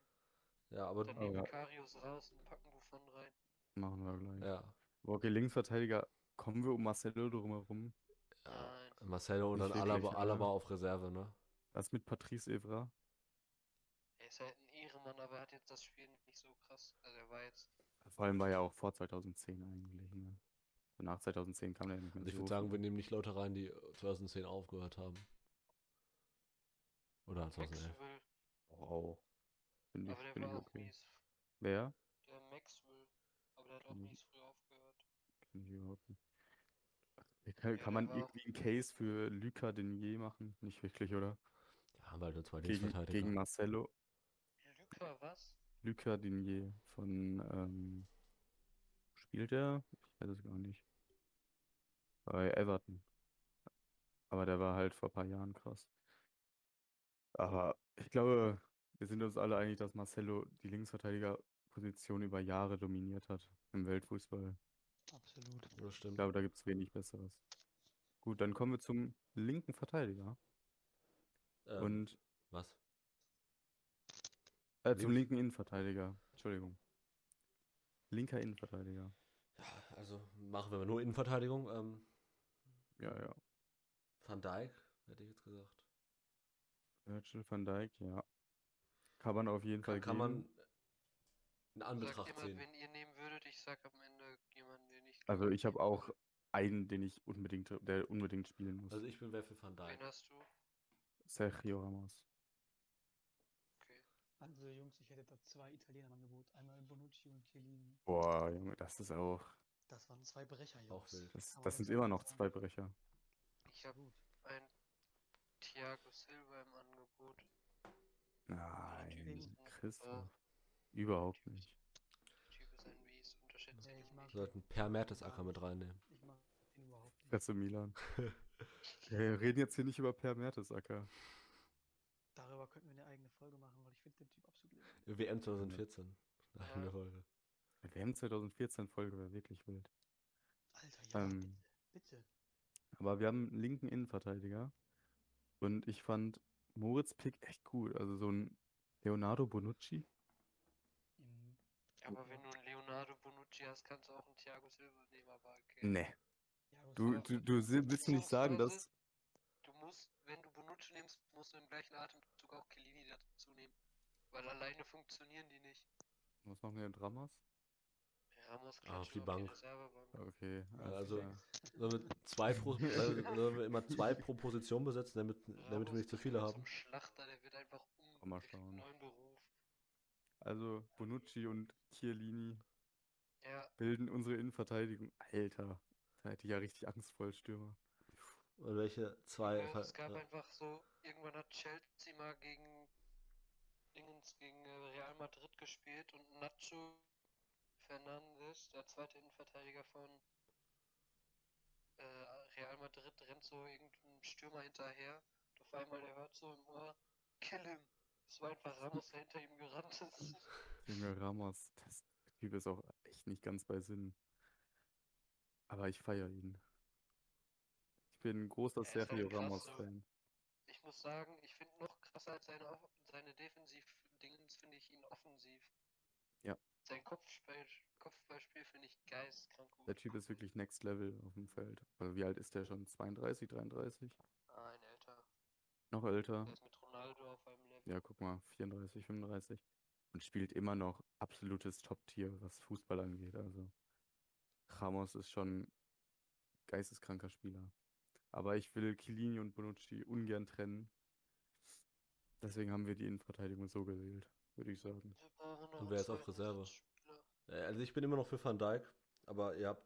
[SPEAKER 3] Ja, aber
[SPEAKER 2] Dann nehmen
[SPEAKER 1] ja.
[SPEAKER 2] Karius raus und packen Buffon rein.
[SPEAKER 1] Machen wir gleich.
[SPEAKER 3] ja.
[SPEAKER 1] Aber Okay, Linksverteidiger, kommen wir um Marcelo drumherum.
[SPEAKER 3] ja.
[SPEAKER 2] Nein.
[SPEAKER 1] ähm.
[SPEAKER 3] Marcelo und
[SPEAKER 1] Nicht
[SPEAKER 3] dann Alaba,
[SPEAKER 1] wirklich,
[SPEAKER 3] Alaba
[SPEAKER 1] ne?
[SPEAKER 3] auf Reserve, ne?
[SPEAKER 1] Was mit Patrice Evra?
[SPEAKER 2] Er ist halt ein Ehrenmann, aber er hat jetzt das Spiel nicht so krass. Also er war jetzt.
[SPEAKER 1] Vor allem war ja auch vor 2010 eigentlich. Ne? Nach 2010 kam der nicht mehr
[SPEAKER 3] Also ich
[SPEAKER 1] so
[SPEAKER 3] würde sagen, wir
[SPEAKER 1] viel.
[SPEAKER 3] nehmen nicht Leute rein, die 2010 aufgehört haben. Oder 2011.
[SPEAKER 2] Maxwell.
[SPEAKER 1] Wow. Finde
[SPEAKER 2] Aber
[SPEAKER 1] ich,
[SPEAKER 2] der
[SPEAKER 1] finde
[SPEAKER 2] war
[SPEAKER 1] ich
[SPEAKER 2] auch
[SPEAKER 1] okay.
[SPEAKER 2] mies.
[SPEAKER 1] Wer?
[SPEAKER 2] Der Maxwell. Aber der hat auch
[SPEAKER 1] Mhm.
[SPEAKER 2] mies früh aufgehört.
[SPEAKER 1] Finde ich überhaupt nicht. Kann,
[SPEAKER 2] Ja, der
[SPEAKER 1] kann man
[SPEAKER 2] war auch-
[SPEAKER 1] irgendwie einen Case für Lucas Denier machen? Nicht wirklich, oder?
[SPEAKER 3] Ja, haben wir halt nur zwei
[SPEAKER 1] Gegen,
[SPEAKER 3] Linksverteidiger.
[SPEAKER 1] gegen Marcelo.
[SPEAKER 2] Lücker, was?
[SPEAKER 1] Lucas Denier von. Ähm, spielt er? Ich weiß es gar nicht. Bei Everton. Aber der war halt vor ein paar Jahren krass. Aber ich glaube, wir sind uns alle einig, dass Marcelo die Linksverteidigerposition über Jahre dominiert hat im Weltfußball.
[SPEAKER 4] Absolut.
[SPEAKER 3] Das
[SPEAKER 1] Ich
[SPEAKER 3] stimmt.
[SPEAKER 1] glaube, da gibt es wenig Besseres. Gut, dann kommen wir zum linken Verteidiger.
[SPEAKER 3] Ähm,
[SPEAKER 1] Und
[SPEAKER 3] was?
[SPEAKER 1] äh, zum
[SPEAKER 3] links?
[SPEAKER 1] linken Innenverteidiger. Entschuldigung. Linker Innenverteidiger.
[SPEAKER 3] Ja, also machen wir nur Innenverteidigung. Ähm,
[SPEAKER 1] Ja, ja.
[SPEAKER 3] Van Dijk, hätte ich jetzt gesagt.
[SPEAKER 1] Virgil van Dijk, ja. Kann man auf jeden Fall
[SPEAKER 3] Kann, kann
[SPEAKER 1] geben.
[SPEAKER 3] man in
[SPEAKER 2] Sagt
[SPEAKER 3] Anbetracht
[SPEAKER 2] jemand,
[SPEAKER 3] ziehen.
[SPEAKER 2] wenn ihr nehmen würdet, ich sag am Ende jemanden, den ich.
[SPEAKER 1] Also ich habe
[SPEAKER 2] nehmen
[SPEAKER 1] auch
[SPEAKER 2] würde.
[SPEAKER 1] einen, den ich unbedingt, der unbedingt spielen muss.
[SPEAKER 3] Also ich bin wer für Van
[SPEAKER 2] Wen
[SPEAKER 3] Dijk.
[SPEAKER 2] hast du?
[SPEAKER 1] Sergio Ramos.
[SPEAKER 2] Okay.
[SPEAKER 4] Also Jungs, ich hätte da zwei Italiener im Angebot. Einmal Bonucci und Chiellini.
[SPEAKER 1] Boah, Junge, das ist auch.
[SPEAKER 4] Das waren zwei Brecher, Jungs.
[SPEAKER 3] Auch wild.
[SPEAKER 1] Das,
[SPEAKER 4] Kann man
[SPEAKER 1] das
[SPEAKER 4] nichts
[SPEAKER 1] sind immer noch
[SPEAKER 4] anderes
[SPEAKER 1] zwei
[SPEAKER 4] sagen.
[SPEAKER 1] Brecher.
[SPEAKER 2] Ich habe
[SPEAKER 4] Gut.
[SPEAKER 2] ein Thiago Silva im Angebot.
[SPEAKER 1] Nein,
[SPEAKER 4] Natürlich.
[SPEAKER 1] Christoph. Überhaupt nicht.
[SPEAKER 2] Der Typ ist ein Wies, unterschätzt ihn
[SPEAKER 4] Nee, ich mag-
[SPEAKER 2] nicht.
[SPEAKER 3] Wir sollten Per Mertesacker mit reinnehmen.
[SPEAKER 4] Ich mag den überhaupt nicht.
[SPEAKER 1] Fresse Milan. Wir reden jetzt hier nicht über Per Mertesacker.
[SPEAKER 4] Darüber könnten wir eine eigene Folge machen, weil ich finde den Typ absolut legendär.
[SPEAKER 3] WM 2014. Eine
[SPEAKER 2] Ja.
[SPEAKER 3] Folge.
[SPEAKER 1] WM 2014 Folge wäre wirklich wild.
[SPEAKER 4] Alter, ja,
[SPEAKER 1] Ähm.
[SPEAKER 4] bitte. bitte.
[SPEAKER 1] Aber wir haben einen linken Innenverteidiger. Und ich fand Moritz Pick echt gut. Also so ein Leonardo Bonucci.
[SPEAKER 4] Mhm.
[SPEAKER 2] Aber wenn du einen Leonardo Bonucci hast, kannst du auch einen Thiago Silva nehmen, aber okay.
[SPEAKER 1] Nee.
[SPEAKER 4] Ja, aber
[SPEAKER 1] Du,
[SPEAKER 4] so-
[SPEAKER 1] du, du si- willst mir nicht sagen, dass.
[SPEAKER 2] Du musst, wenn du Bonucci nimmst, musst du im gleichen Atemzug auch Chiellini dazu nehmen. Weil alleine funktionieren die nicht.
[SPEAKER 1] Was machen wir in Dramas?
[SPEAKER 2] Ja, muss
[SPEAKER 3] Ah, auf die Bank.
[SPEAKER 1] Okay. alles
[SPEAKER 3] also-
[SPEAKER 1] klar.
[SPEAKER 3] Sollen wir, zwei Pro sollen wir- sollen wir immer zwei pro Position besetzen, damit, damit wir nicht zu viele haben?
[SPEAKER 2] Schlachter, der wird einfach um.
[SPEAKER 1] Mal
[SPEAKER 2] der kriegt einen
[SPEAKER 1] schauen.
[SPEAKER 2] neuen Beruf.
[SPEAKER 1] Also Bonucci und Chiellini
[SPEAKER 2] Ja,
[SPEAKER 1] bilden unsere Innenverteidigung. Alter. Da hätte ich ja richtig Angst vor als Stürmer.
[SPEAKER 3] Und welche zwei?
[SPEAKER 2] Ja, es gab
[SPEAKER 3] ja.
[SPEAKER 2] einfach so, irgendwann hat Chelsea mal gegen Dingens, gegen äh, Real Madrid gespielt und Nacho Fernandes, der zweite Innenverteidiger von äh, Real Madrid, rennt so irgendeinem Stürmer hinterher und auf einmal er hört so im Ohr, kill him. Es war einfach Ramos, der hinter ihm gerannt ist.
[SPEAKER 1] Junge Ramos, das der Typ ist auch echt nicht ganz bei Sinn. Aber ich feiere ihn. Ich bin ein großer
[SPEAKER 2] Er ist halt
[SPEAKER 1] Sergio
[SPEAKER 2] krass,
[SPEAKER 1] Ramos
[SPEAKER 2] ne?
[SPEAKER 1] Fan.
[SPEAKER 2] Ich muss sagen, ich finde noch krasser als seine, Off- seine Defensiv-Dingens finde ich ihn offensiv.
[SPEAKER 1] Ja.
[SPEAKER 2] Sein Kopfball, Kopfballspiel finde ich geisteskrank gut.
[SPEAKER 1] Der Typ ist wirklich Next Level auf dem Feld. Also wie alt ist der schon? 32, 33?
[SPEAKER 2] Ah, ein älter.
[SPEAKER 1] Noch älter?
[SPEAKER 2] Der ist mit Ronaldo auf einem Level.
[SPEAKER 1] Ja, guck mal, 34, 35. Und spielt immer noch absolutes Top-Tier, was Fußball angeht. Also Ramos ist schon geisteskranker Spieler. Aber ich will Chiellini und Bonucci ungern trennen. Deswegen haben wir die Innenverteidigung so gewählt, würde ich sagen.
[SPEAKER 2] Wir brauchen noch
[SPEAKER 3] Und wer
[SPEAKER 2] einen
[SPEAKER 3] ist auf
[SPEAKER 2] zweiten
[SPEAKER 3] Reserve?
[SPEAKER 2] Ersatzspieler.
[SPEAKER 3] Äh, Also ich bin immer noch für Van Dijk, aber ihr habt,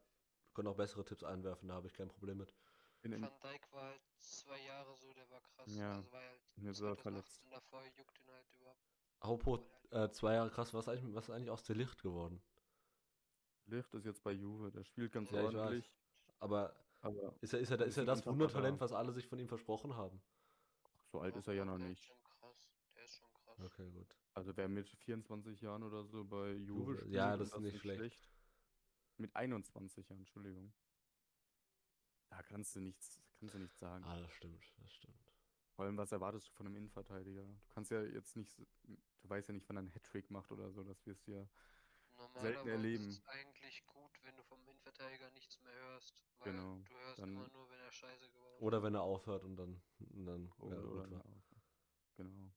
[SPEAKER 3] könnt auch bessere Tipps einwerfen, da habe ich kein Problem mit.
[SPEAKER 1] Bin in,
[SPEAKER 2] Van Dijk war halt zwei Jahre so, der war krass.
[SPEAKER 1] Ja,
[SPEAKER 2] Also war halt
[SPEAKER 1] jetzt war er verletzt.
[SPEAKER 2] 2018 davor juckt ihn halt überhaupt.
[SPEAKER 3] Apropos, äh, zwei Jahre krass, was ist eigentlich, was ist eigentlich aus der Licht geworden?
[SPEAKER 1] Licht ist jetzt bei Juve, der spielt ganz
[SPEAKER 3] Ja, ich weiß.
[SPEAKER 1] ordentlich.
[SPEAKER 3] Aber
[SPEAKER 1] Aber
[SPEAKER 3] ist er, ist er,
[SPEAKER 1] Wir
[SPEAKER 3] ist er
[SPEAKER 1] sind
[SPEAKER 3] das
[SPEAKER 1] einfach da.
[SPEAKER 3] Wundertalent, was alle sich von ihm versprochen haben?
[SPEAKER 1] so alt ist
[SPEAKER 2] Doch,
[SPEAKER 1] er ja
[SPEAKER 2] doch,
[SPEAKER 1] noch
[SPEAKER 2] der ist
[SPEAKER 1] nicht.
[SPEAKER 2] schon krass. Der ist schon krass.
[SPEAKER 3] Okay, gut.
[SPEAKER 1] Also wer mit 24 Jahren oder so bei Juve
[SPEAKER 3] Juve,
[SPEAKER 1] spielt,
[SPEAKER 3] äh, ja,
[SPEAKER 1] und
[SPEAKER 3] das ist nicht schlecht.
[SPEAKER 1] Mit 21 Jahren, Entschuldigung. Da kannst du nichts, kannst du nichts sagen.
[SPEAKER 3] Ah, das stimmt, das stimmt.
[SPEAKER 1] Vor allem, was erwartest du von einem Innenverteidiger? Du kannst ja jetzt nicht, s- du weißt ja nicht, wann er einen Hattrick macht oder so, das wirst du ja.
[SPEAKER 2] Normalerweise
[SPEAKER 1] erleben.
[SPEAKER 2] ist es eigentlich gut, wenn du vom Innenverteidiger nichts mehr hörst, weil
[SPEAKER 1] Genau,
[SPEAKER 2] du hörst
[SPEAKER 1] dann-
[SPEAKER 2] immer nur, wenn er Scheiße gebaut hat.
[SPEAKER 3] Oder wenn er aufhört und dann, und dann
[SPEAKER 1] Oh,
[SPEAKER 3] ja,
[SPEAKER 1] oder
[SPEAKER 3] gut
[SPEAKER 1] eine
[SPEAKER 3] war.
[SPEAKER 1] Außen- Genau.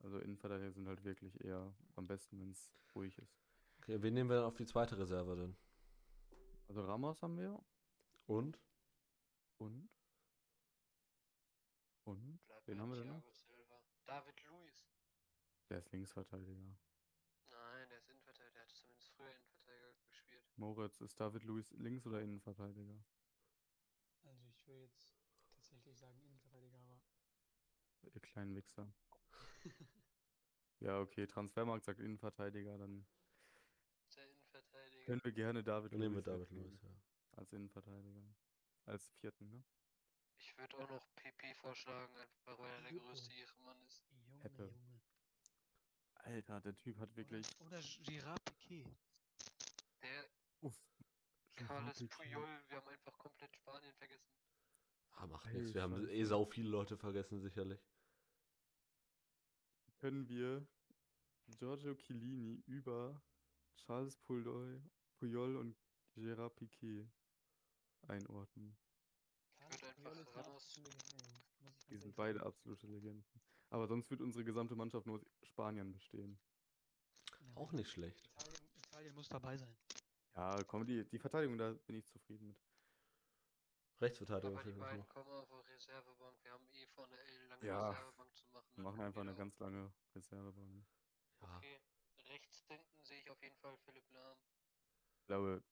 [SPEAKER 1] Also Innenverteidiger sind halt wirklich eher am besten, wenn es ruhig ist.
[SPEAKER 3] Okay, wen nehmen wir dann auf die zweite Reserve denn?
[SPEAKER 1] Also Ramos haben wir
[SPEAKER 3] Und?
[SPEAKER 1] und und
[SPEAKER 2] Bleibt
[SPEAKER 1] Wen
[SPEAKER 2] bei
[SPEAKER 1] haben wir denn noch?
[SPEAKER 2] Thiago Silva. David Luiz.
[SPEAKER 1] der ist Linksverteidiger.
[SPEAKER 2] Nein, der ist Innenverteidiger, der hat zumindest früher Innenverteidiger gespielt.
[SPEAKER 1] Moritz, ist David Luiz Links- oder Innenverteidiger?
[SPEAKER 4] Also ich würde jetzt tatsächlich sagen Innenverteidiger, aber
[SPEAKER 1] Ihr kleinen Wichser. Ja, okay, Transfermarkt sagt Innenverteidiger, dann
[SPEAKER 2] Der Innenverteidiger.
[SPEAKER 1] können wir gerne David
[SPEAKER 3] Dann nehmen wir
[SPEAKER 1] Luiz
[SPEAKER 3] David
[SPEAKER 1] mitnehmen.
[SPEAKER 3] Lewis, ja.
[SPEAKER 1] Als Innenverteidiger. Als vierten, ne?
[SPEAKER 2] Ich würde auch noch PP vorschlagen, einfach weil er der
[SPEAKER 4] Juppe.
[SPEAKER 2] größte Ehrenmann ist.
[SPEAKER 4] Junge,
[SPEAKER 1] Peppe.
[SPEAKER 4] Junge.
[SPEAKER 1] Alter, der Typ hat wirklich.
[SPEAKER 4] Oder, oder Girard Piquet.
[SPEAKER 2] Der
[SPEAKER 1] Uff.
[SPEAKER 2] Carles
[SPEAKER 1] Schwarze Knie.
[SPEAKER 2] Puyol, wir haben einfach komplett Spanien vergessen.
[SPEAKER 3] Ah, macht nichts. Wir haben
[SPEAKER 1] Alter.
[SPEAKER 3] eh sau viele Leute vergessen, sicherlich.
[SPEAKER 1] Können wir Giorgio Chiellini über Charles Puyol, Puyol und Gerard Piquet einordnen?
[SPEAKER 4] Carlos
[SPEAKER 2] würd einfach
[SPEAKER 4] Puyol ist eine
[SPEAKER 2] Ramos-
[SPEAKER 4] absolute Legende, muss ich
[SPEAKER 1] Die sind
[SPEAKER 4] ganz ehrlich
[SPEAKER 1] beide
[SPEAKER 4] sagen.
[SPEAKER 1] absolute Legenden. Aber sonst wird unsere gesamte Mannschaft nur aus Spaniern bestehen.
[SPEAKER 4] Ja,
[SPEAKER 3] Auch nicht schlecht.
[SPEAKER 4] Italien, Italien muss dabei sein.
[SPEAKER 1] Ja, komm, die, die Verteidigung, da bin ich zufrieden mit.
[SPEAKER 3] Rechtsverteidiger
[SPEAKER 2] Aber die
[SPEAKER 3] fehlt uns
[SPEAKER 2] beiden
[SPEAKER 3] noch.
[SPEAKER 2] kommen auf die Reservebank. Wir haben eh vor, eine lange
[SPEAKER 1] Ja.
[SPEAKER 2] Reservebank zu machen.
[SPEAKER 1] Wir
[SPEAKER 2] dann
[SPEAKER 1] machen
[SPEAKER 2] kommen
[SPEAKER 1] einfach
[SPEAKER 2] die
[SPEAKER 1] eine
[SPEAKER 2] da
[SPEAKER 1] ganz lange Reservebank.
[SPEAKER 3] Ja,
[SPEAKER 2] Okay, rechts hinten sehe ich auf jeden Fall Philipp Lahm.
[SPEAKER 1] Ich glaube,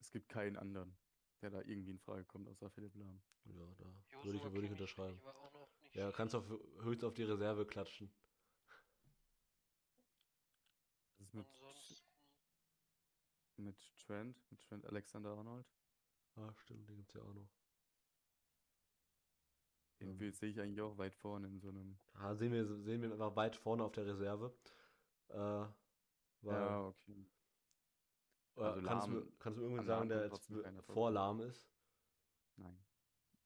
[SPEAKER 1] es gibt keinen anderen, der da irgendwie in Frage kommt, außer Philipp Lahm.
[SPEAKER 3] ja da würde ich,
[SPEAKER 2] Joshua
[SPEAKER 3] würde ich
[SPEAKER 2] Kimmich find
[SPEAKER 3] unterschreiben.
[SPEAKER 2] ich war auch noch nicht
[SPEAKER 3] Ja,
[SPEAKER 2] schlecht.
[SPEAKER 3] kannst auf, höchst auf die Reserve klatschen.
[SPEAKER 1] Das ist mit,
[SPEAKER 2] Ansonsten,
[SPEAKER 1] mit Trent, mit Trent Alexander-Arnold.
[SPEAKER 3] Ah, stimmt, den gibt's ja auch noch.
[SPEAKER 1] Den
[SPEAKER 3] Ähm.
[SPEAKER 1] will- sehe ich eigentlich auch weit vorne in so einem.
[SPEAKER 3] Ah, sehen wir, sehen wir einfach weit vorne auf der Reserve. Äh, weil,
[SPEAKER 1] Ja, okay.
[SPEAKER 3] äh,
[SPEAKER 1] also
[SPEAKER 3] kannst, du,
[SPEAKER 1] lahm-
[SPEAKER 3] kannst du irgendwen
[SPEAKER 1] an lahm
[SPEAKER 3] sagen,
[SPEAKER 1] kommt
[SPEAKER 3] der jetzt
[SPEAKER 1] trotzdem keiner
[SPEAKER 3] be-
[SPEAKER 1] vorbei.
[SPEAKER 3] vor lahm ist?
[SPEAKER 1] Nein.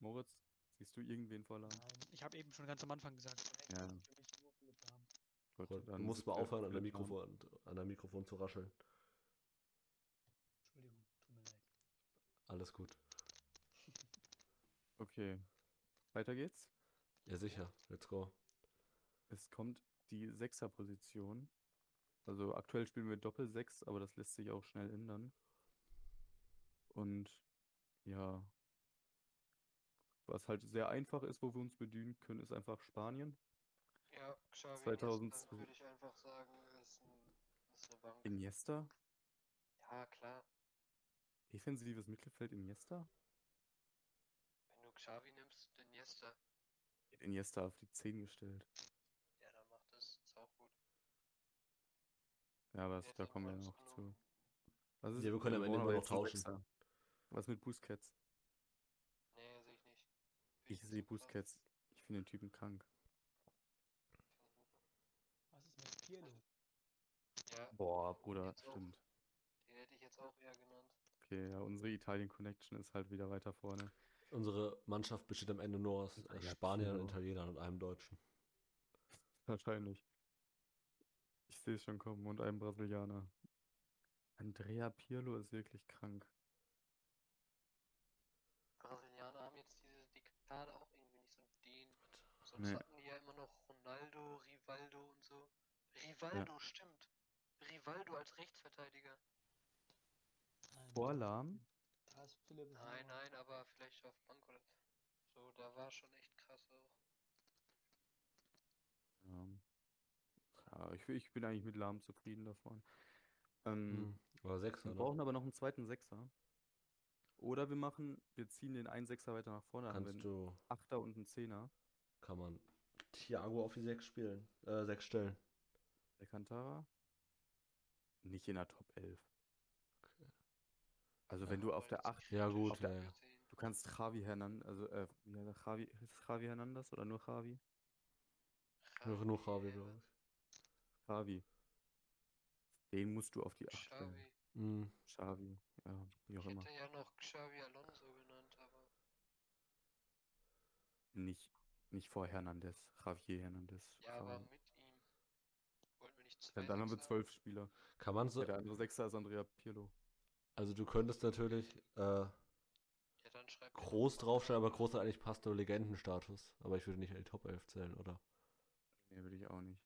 [SPEAKER 1] Moritz, siehst du irgendwen vor Lahm?
[SPEAKER 4] Nein, ich habe eben schon ganz am Anfang gesagt. rechts
[SPEAKER 1] Ja.
[SPEAKER 4] ist für mich nur Philipp Lahm.
[SPEAKER 1] Gut,
[SPEAKER 3] Gott, du
[SPEAKER 1] dann
[SPEAKER 3] musst
[SPEAKER 1] sitzt
[SPEAKER 3] mal
[SPEAKER 1] er
[SPEAKER 3] aufhören, an der
[SPEAKER 1] Philipp Lahm.
[SPEAKER 3] Mikrofon, an der Mikrofon zu rascheln.
[SPEAKER 4] Entschuldigung, tut mir leid.
[SPEAKER 3] Alles gut.
[SPEAKER 1] Okay. Weiter geht's.
[SPEAKER 3] Ja, sicher. Let's go.
[SPEAKER 1] Es kommt die Sechserposition. Also aktuell spielen wir Doppel-Sechs, aber das lässt sich auch schnell ändern. Und ja, was halt sehr einfach ist, wo wir uns bedienen können, ist einfach Spanien.
[SPEAKER 2] ja, Xavi Iniesta,
[SPEAKER 1] 2002
[SPEAKER 2] würde ich einfach sagen, ist, ein, ist eine Bank.
[SPEAKER 1] Iniesta,
[SPEAKER 2] Ja, klar.
[SPEAKER 1] defensives Mittelfeld Iniesta.
[SPEAKER 2] Wenn du Xavi nimmst, dann Jester.
[SPEAKER 1] Iniesta auf die 10 gestellt.
[SPEAKER 2] Ja, dann macht das. Ist auch gut.
[SPEAKER 1] Ja, aber das,
[SPEAKER 2] Der hat
[SPEAKER 1] da
[SPEAKER 2] den
[SPEAKER 1] kommen wir
[SPEAKER 2] Ball
[SPEAKER 1] noch
[SPEAKER 2] genommen.
[SPEAKER 1] zu. Was ist,
[SPEAKER 3] Ja, wir können am Ende
[SPEAKER 1] brauchen
[SPEAKER 3] immer
[SPEAKER 1] aber
[SPEAKER 3] noch
[SPEAKER 1] jetzt einen
[SPEAKER 3] tauschen.
[SPEAKER 1] Sechser. Was mit Busquets?
[SPEAKER 2] Nee, sehe ich nicht. Finde
[SPEAKER 1] Ich
[SPEAKER 2] nicht
[SPEAKER 1] sehe
[SPEAKER 2] so krass.
[SPEAKER 1] Busquets. Ich finde den Typen krank.
[SPEAKER 4] Was ist mit Pirlo?
[SPEAKER 2] Ja,
[SPEAKER 1] Boah, Bruder,
[SPEAKER 2] Jetzt auch.
[SPEAKER 1] stimmt.
[SPEAKER 2] den hätte ich jetzt auch eher genannt.
[SPEAKER 1] Okay, ja, unsere Italien-Connection ist halt wieder weiter vorne.
[SPEAKER 3] Unsere Mannschaft besteht am Ende nur aus äh,
[SPEAKER 1] Ja,
[SPEAKER 3] Spaniern,
[SPEAKER 1] Pirlo.
[SPEAKER 3] Italienern und einem Deutschen.
[SPEAKER 1] Wahrscheinlich. Ich sehe es schon kommen. Und einem Brasilianer. Andrea Pirlo ist wirklich krank.
[SPEAKER 2] Brasilianer haben jetzt diese die Kader auch irgendwie nicht so den. Sonst
[SPEAKER 1] Nee.
[SPEAKER 2] hatten die ja immer noch Ronaldo, Rivaldo und so. Rivaldo, stimmt. Rivaldo als Rechtsverteidiger.
[SPEAKER 4] Nein,
[SPEAKER 1] Vor Lahm?
[SPEAKER 4] Da Da ist Philipp.
[SPEAKER 2] Nein,
[SPEAKER 4] Lahm.
[SPEAKER 2] nein, aber vielleicht auf Manko. So, da war schon echt krass auch.
[SPEAKER 1] Ähm, ja, ich, ich bin eigentlich mit Lahm zufrieden davon. Ähm,
[SPEAKER 3] Hm. Oder ne? sechs,
[SPEAKER 1] Wir
[SPEAKER 3] oder?
[SPEAKER 1] brauchen aber noch einen zweiten Sechser. Oder wir machen, wir ziehen den einen Sechser weiter nach vorne, dann haben wir
[SPEAKER 3] Kannst
[SPEAKER 1] einen
[SPEAKER 3] du,
[SPEAKER 1] Achter und einen Zehner.
[SPEAKER 3] kann man Thiago auf die sechs spielen, äh, sechs stellen.
[SPEAKER 1] Der Kantara nicht in der Top 11. Also wenn
[SPEAKER 3] Ja.
[SPEAKER 1] du auf der 8,
[SPEAKER 3] Ja, gut,
[SPEAKER 1] auf der-
[SPEAKER 3] ja, ja.
[SPEAKER 1] du kannst Javi Hernandez, also äh, wie heißt er, Javi, ist Javi Hernandez oder nur Javi?
[SPEAKER 3] Nur, nur
[SPEAKER 2] äh,
[SPEAKER 3] Javi, glaube ich.
[SPEAKER 1] Javi. Den musst du auf die 8 stellen.
[SPEAKER 2] Xavi.
[SPEAKER 3] Mhm.
[SPEAKER 1] Xavi, ja, wie auch
[SPEAKER 2] Ich
[SPEAKER 1] immer.
[SPEAKER 2] hätte ja noch Xavi Alonso genannt, aber
[SPEAKER 1] Nicht, nicht vor Hernandez, Javier Hernandez.
[SPEAKER 2] ja, aber
[SPEAKER 1] Xavi.
[SPEAKER 2] mit ihm wollten wir nicht zwei
[SPEAKER 1] Dann, dann haben wir
[SPEAKER 2] Sechser?
[SPEAKER 1] zwölf Spieler.
[SPEAKER 3] Kann man so,
[SPEAKER 1] Ja, der andere Sechser ist Andrea Pirlo.
[SPEAKER 3] also du könntest natürlich äh,
[SPEAKER 2] Ja, dann schreibt mir
[SPEAKER 3] groß
[SPEAKER 2] doch mal
[SPEAKER 3] draufstellen, aber groß hat eigentlich passt nur Legendenstatus. Aber ich würde nicht in die Top 11 zählen, oder?
[SPEAKER 1] Nee, würde ich auch nicht.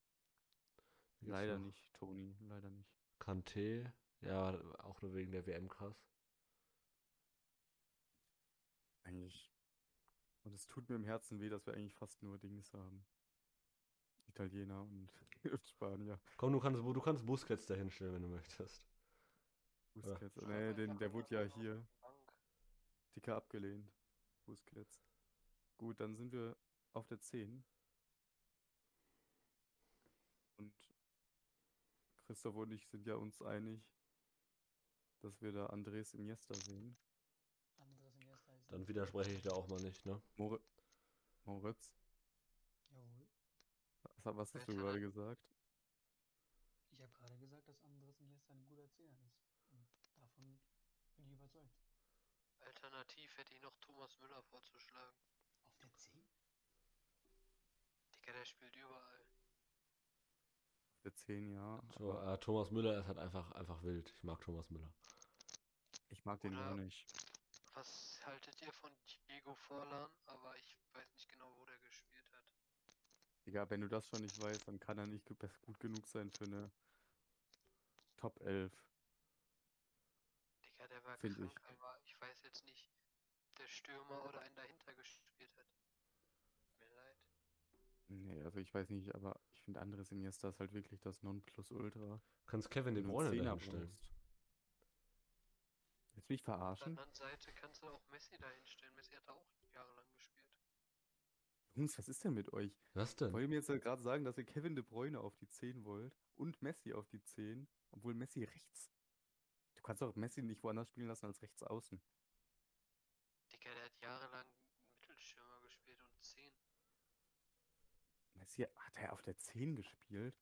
[SPEAKER 3] Wie gibt's
[SPEAKER 1] Leider
[SPEAKER 3] noch?
[SPEAKER 1] nicht, Toni, leider nicht.
[SPEAKER 3] Kanté, ja, auch nur wegen der WM krass.
[SPEAKER 1] Eigentlich. Und es tut mir im Herzen weh, dass wir eigentlich fast nur Dings haben. Italiener und, und Spanier.
[SPEAKER 3] Komm, du kannst, du kannst Busquets da hinstellen, wenn du möchtest.
[SPEAKER 1] Busquets.
[SPEAKER 2] Schreib
[SPEAKER 1] Nee,
[SPEAKER 2] einfach
[SPEAKER 1] den, der wurde ja
[SPEAKER 2] Ronaldo auf
[SPEAKER 1] hier
[SPEAKER 2] die Bank.
[SPEAKER 1] dicker abgelehnt. Busquets. Gut, dann sind wir auf der 10. Und Christoph und ich sind ja uns einig, dass wir da Andres Iniesta sehen.
[SPEAKER 4] Anderes Iniesta ist
[SPEAKER 3] Dann widerspreche ich da auch mal nicht, ne?
[SPEAKER 1] Mor Moritz,
[SPEAKER 4] Jawohl.
[SPEAKER 1] was, was hast du
[SPEAKER 2] Welcher
[SPEAKER 1] gerade
[SPEAKER 2] denn?
[SPEAKER 1] gesagt?
[SPEAKER 4] Ich habe gerade gesagt, dass Andres Iniesta ein guter Zehner ist. Und davon bin ich überzeugt.
[SPEAKER 2] Alternativ hätte ich noch Thomas Müller vorzuschlagen.
[SPEAKER 4] Auf der 10?
[SPEAKER 2] Digga, der spielt überall.
[SPEAKER 1] Auf der 10, ja.
[SPEAKER 3] So,
[SPEAKER 1] aber-
[SPEAKER 3] äh, Thomas Müller ist halt einfach, einfach wild. Ich mag Thomas Müller.
[SPEAKER 1] Ich mag den auch
[SPEAKER 2] Oder-
[SPEAKER 1] nicht.
[SPEAKER 2] Was haltet ihr von Diego Forlan? Aber ich weiß nicht genau, wo der gespielt hat.
[SPEAKER 1] Digga, wenn du das schon nicht weißt, dann kann er nicht ge- best- gut genug sein für eine Top 11.
[SPEAKER 2] Digga, der war
[SPEAKER 1] Find
[SPEAKER 2] krank,
[SPEAKER 1] ich.
[SPEAKER 2] aber ich weiß jetzt nicht, der Stürmer oder ein dahinter gespielt hat. Tut Mir leid.
[SPEAKER 1] Nee, also ich weiß nicht, aber ich finde anderes Iniesta ist halt wirklich das Nonplusultra.
[SPEAKER 3] Kannst
[SPEAKER 1] Wenn
[SPEAKER 3] Kevin De
[SPEAKER 1] du einen
[SPEAKER 3] Bruyne da
[SPEAKER 1] Zehner
[SPEAKER 3] hinstellen.
[SPEAKER 1] brauchst. Willst du mich
[SPEAKER 2] Auf der
[SPEAKER 1] verarschen?
[SPEAKER 2] anderen Seite kannst du auch Messi dahinstellen. Messi hat auch jahrelang gespielt.
[SPEAKER 1] Jungs, was ist denn mit euch?
[SPEAKER 3] Was denn?
[SPEAKER 1] Wollt ihr mir jetzt gerade sagen, dass ihr Kevin De Bruyne auf die 10 wollt und Messi auf die 10, obwohl Messi rechts. Du kannst doch Messi nicht woanders spielen lassen als rechts außen.
[SPEAKER 2] Digga, der hat jahrelang Mittelstürmer gespielt und 10.
[SPEAKER 1] Messi hat er auf der 10 gespielt?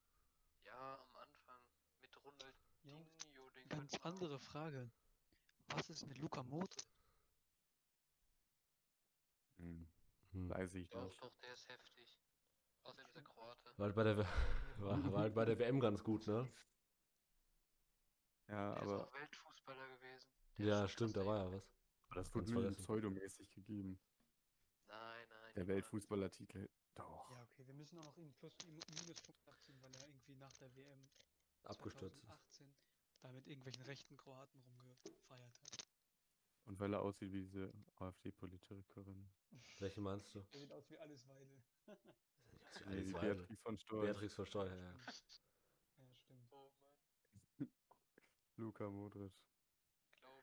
[SPEAKER 2] Ja, am Anfang. Mit Ronaldinho, den
[SPEAKER 4] Ganz
[SPEAKER 2] könnte man auch-
[SPEAKER 4] andere Frage. Was ist mit Luca Modric?
[SPEAKER 1] Hm,
[SPEAKER 3] Hm.
[SPEAKER 1] weiß ich
[SPEAKER 2] Doch,
[SPEAKER 1] nicht.
[SPEAKER 2] doch, der ist heftig. Außerdem ist er Kroate.
[SPEAKER 3] War halt, bei der, W- war, war halt bei der WM ganz gut, ne?
[SPEAKER 1] Ja,
[SPEAKER 2] Der ist
[SPEAKER 1] aber
[SPEAKER 2] auch Weltfußballer gewesen. Der ist
[SPEAKER 3] Ja,
[SPEAKER 2] schon
[SPEAKER 3] stimmt, da
[SPEAKER 2] krasser
[SPEAKER 3] war ja was.
[SPEAKER 1] das
[SPEAKER 3] ganz
[SPEAKER 1] wurde mir
[SPEAKER 3] vergessen.
[SPEAKER 1] pseudomäßig gegeben.
[SPEAKER 2] Junge. Nein, nein.
[SPEAKER 1] Der
[SPEAKER 2] niemals.
[SPEAKER 1] Weltfußballertitel. Doch.
[SPEAKER 4] Ja, okay, wir müssen auch noch einen Plus einen Minuspunkt abziehen, weil er irgendwie nach der WM
[SPEAKER 3] Abgestürzt.
[SPEAKER 4] 2018 da mit irgendwelchen rechten Kroaten rumgefeiert hat.
[SPEAKER 1] Und weil er aussieht wie diese AfD-Politikerin.
[SPEAKER 3] Welche meinst du?
[SPEAKER 4] Er sieht aus wie alles Weidel.
[SPEAKER 1] Nee, die
[SPEAKER 3] Beatrix,
[SPEAKER 1] Beatrix von Storch,
[SPEAKER 3] Beatrix von Steuer, ja.
[SPEAKER 4] Ja, stimmt.
[SPEAKER 2] Oh Mann,
[SPEAKER 1] Luka Modric.
[SPEAKER 2] glaub,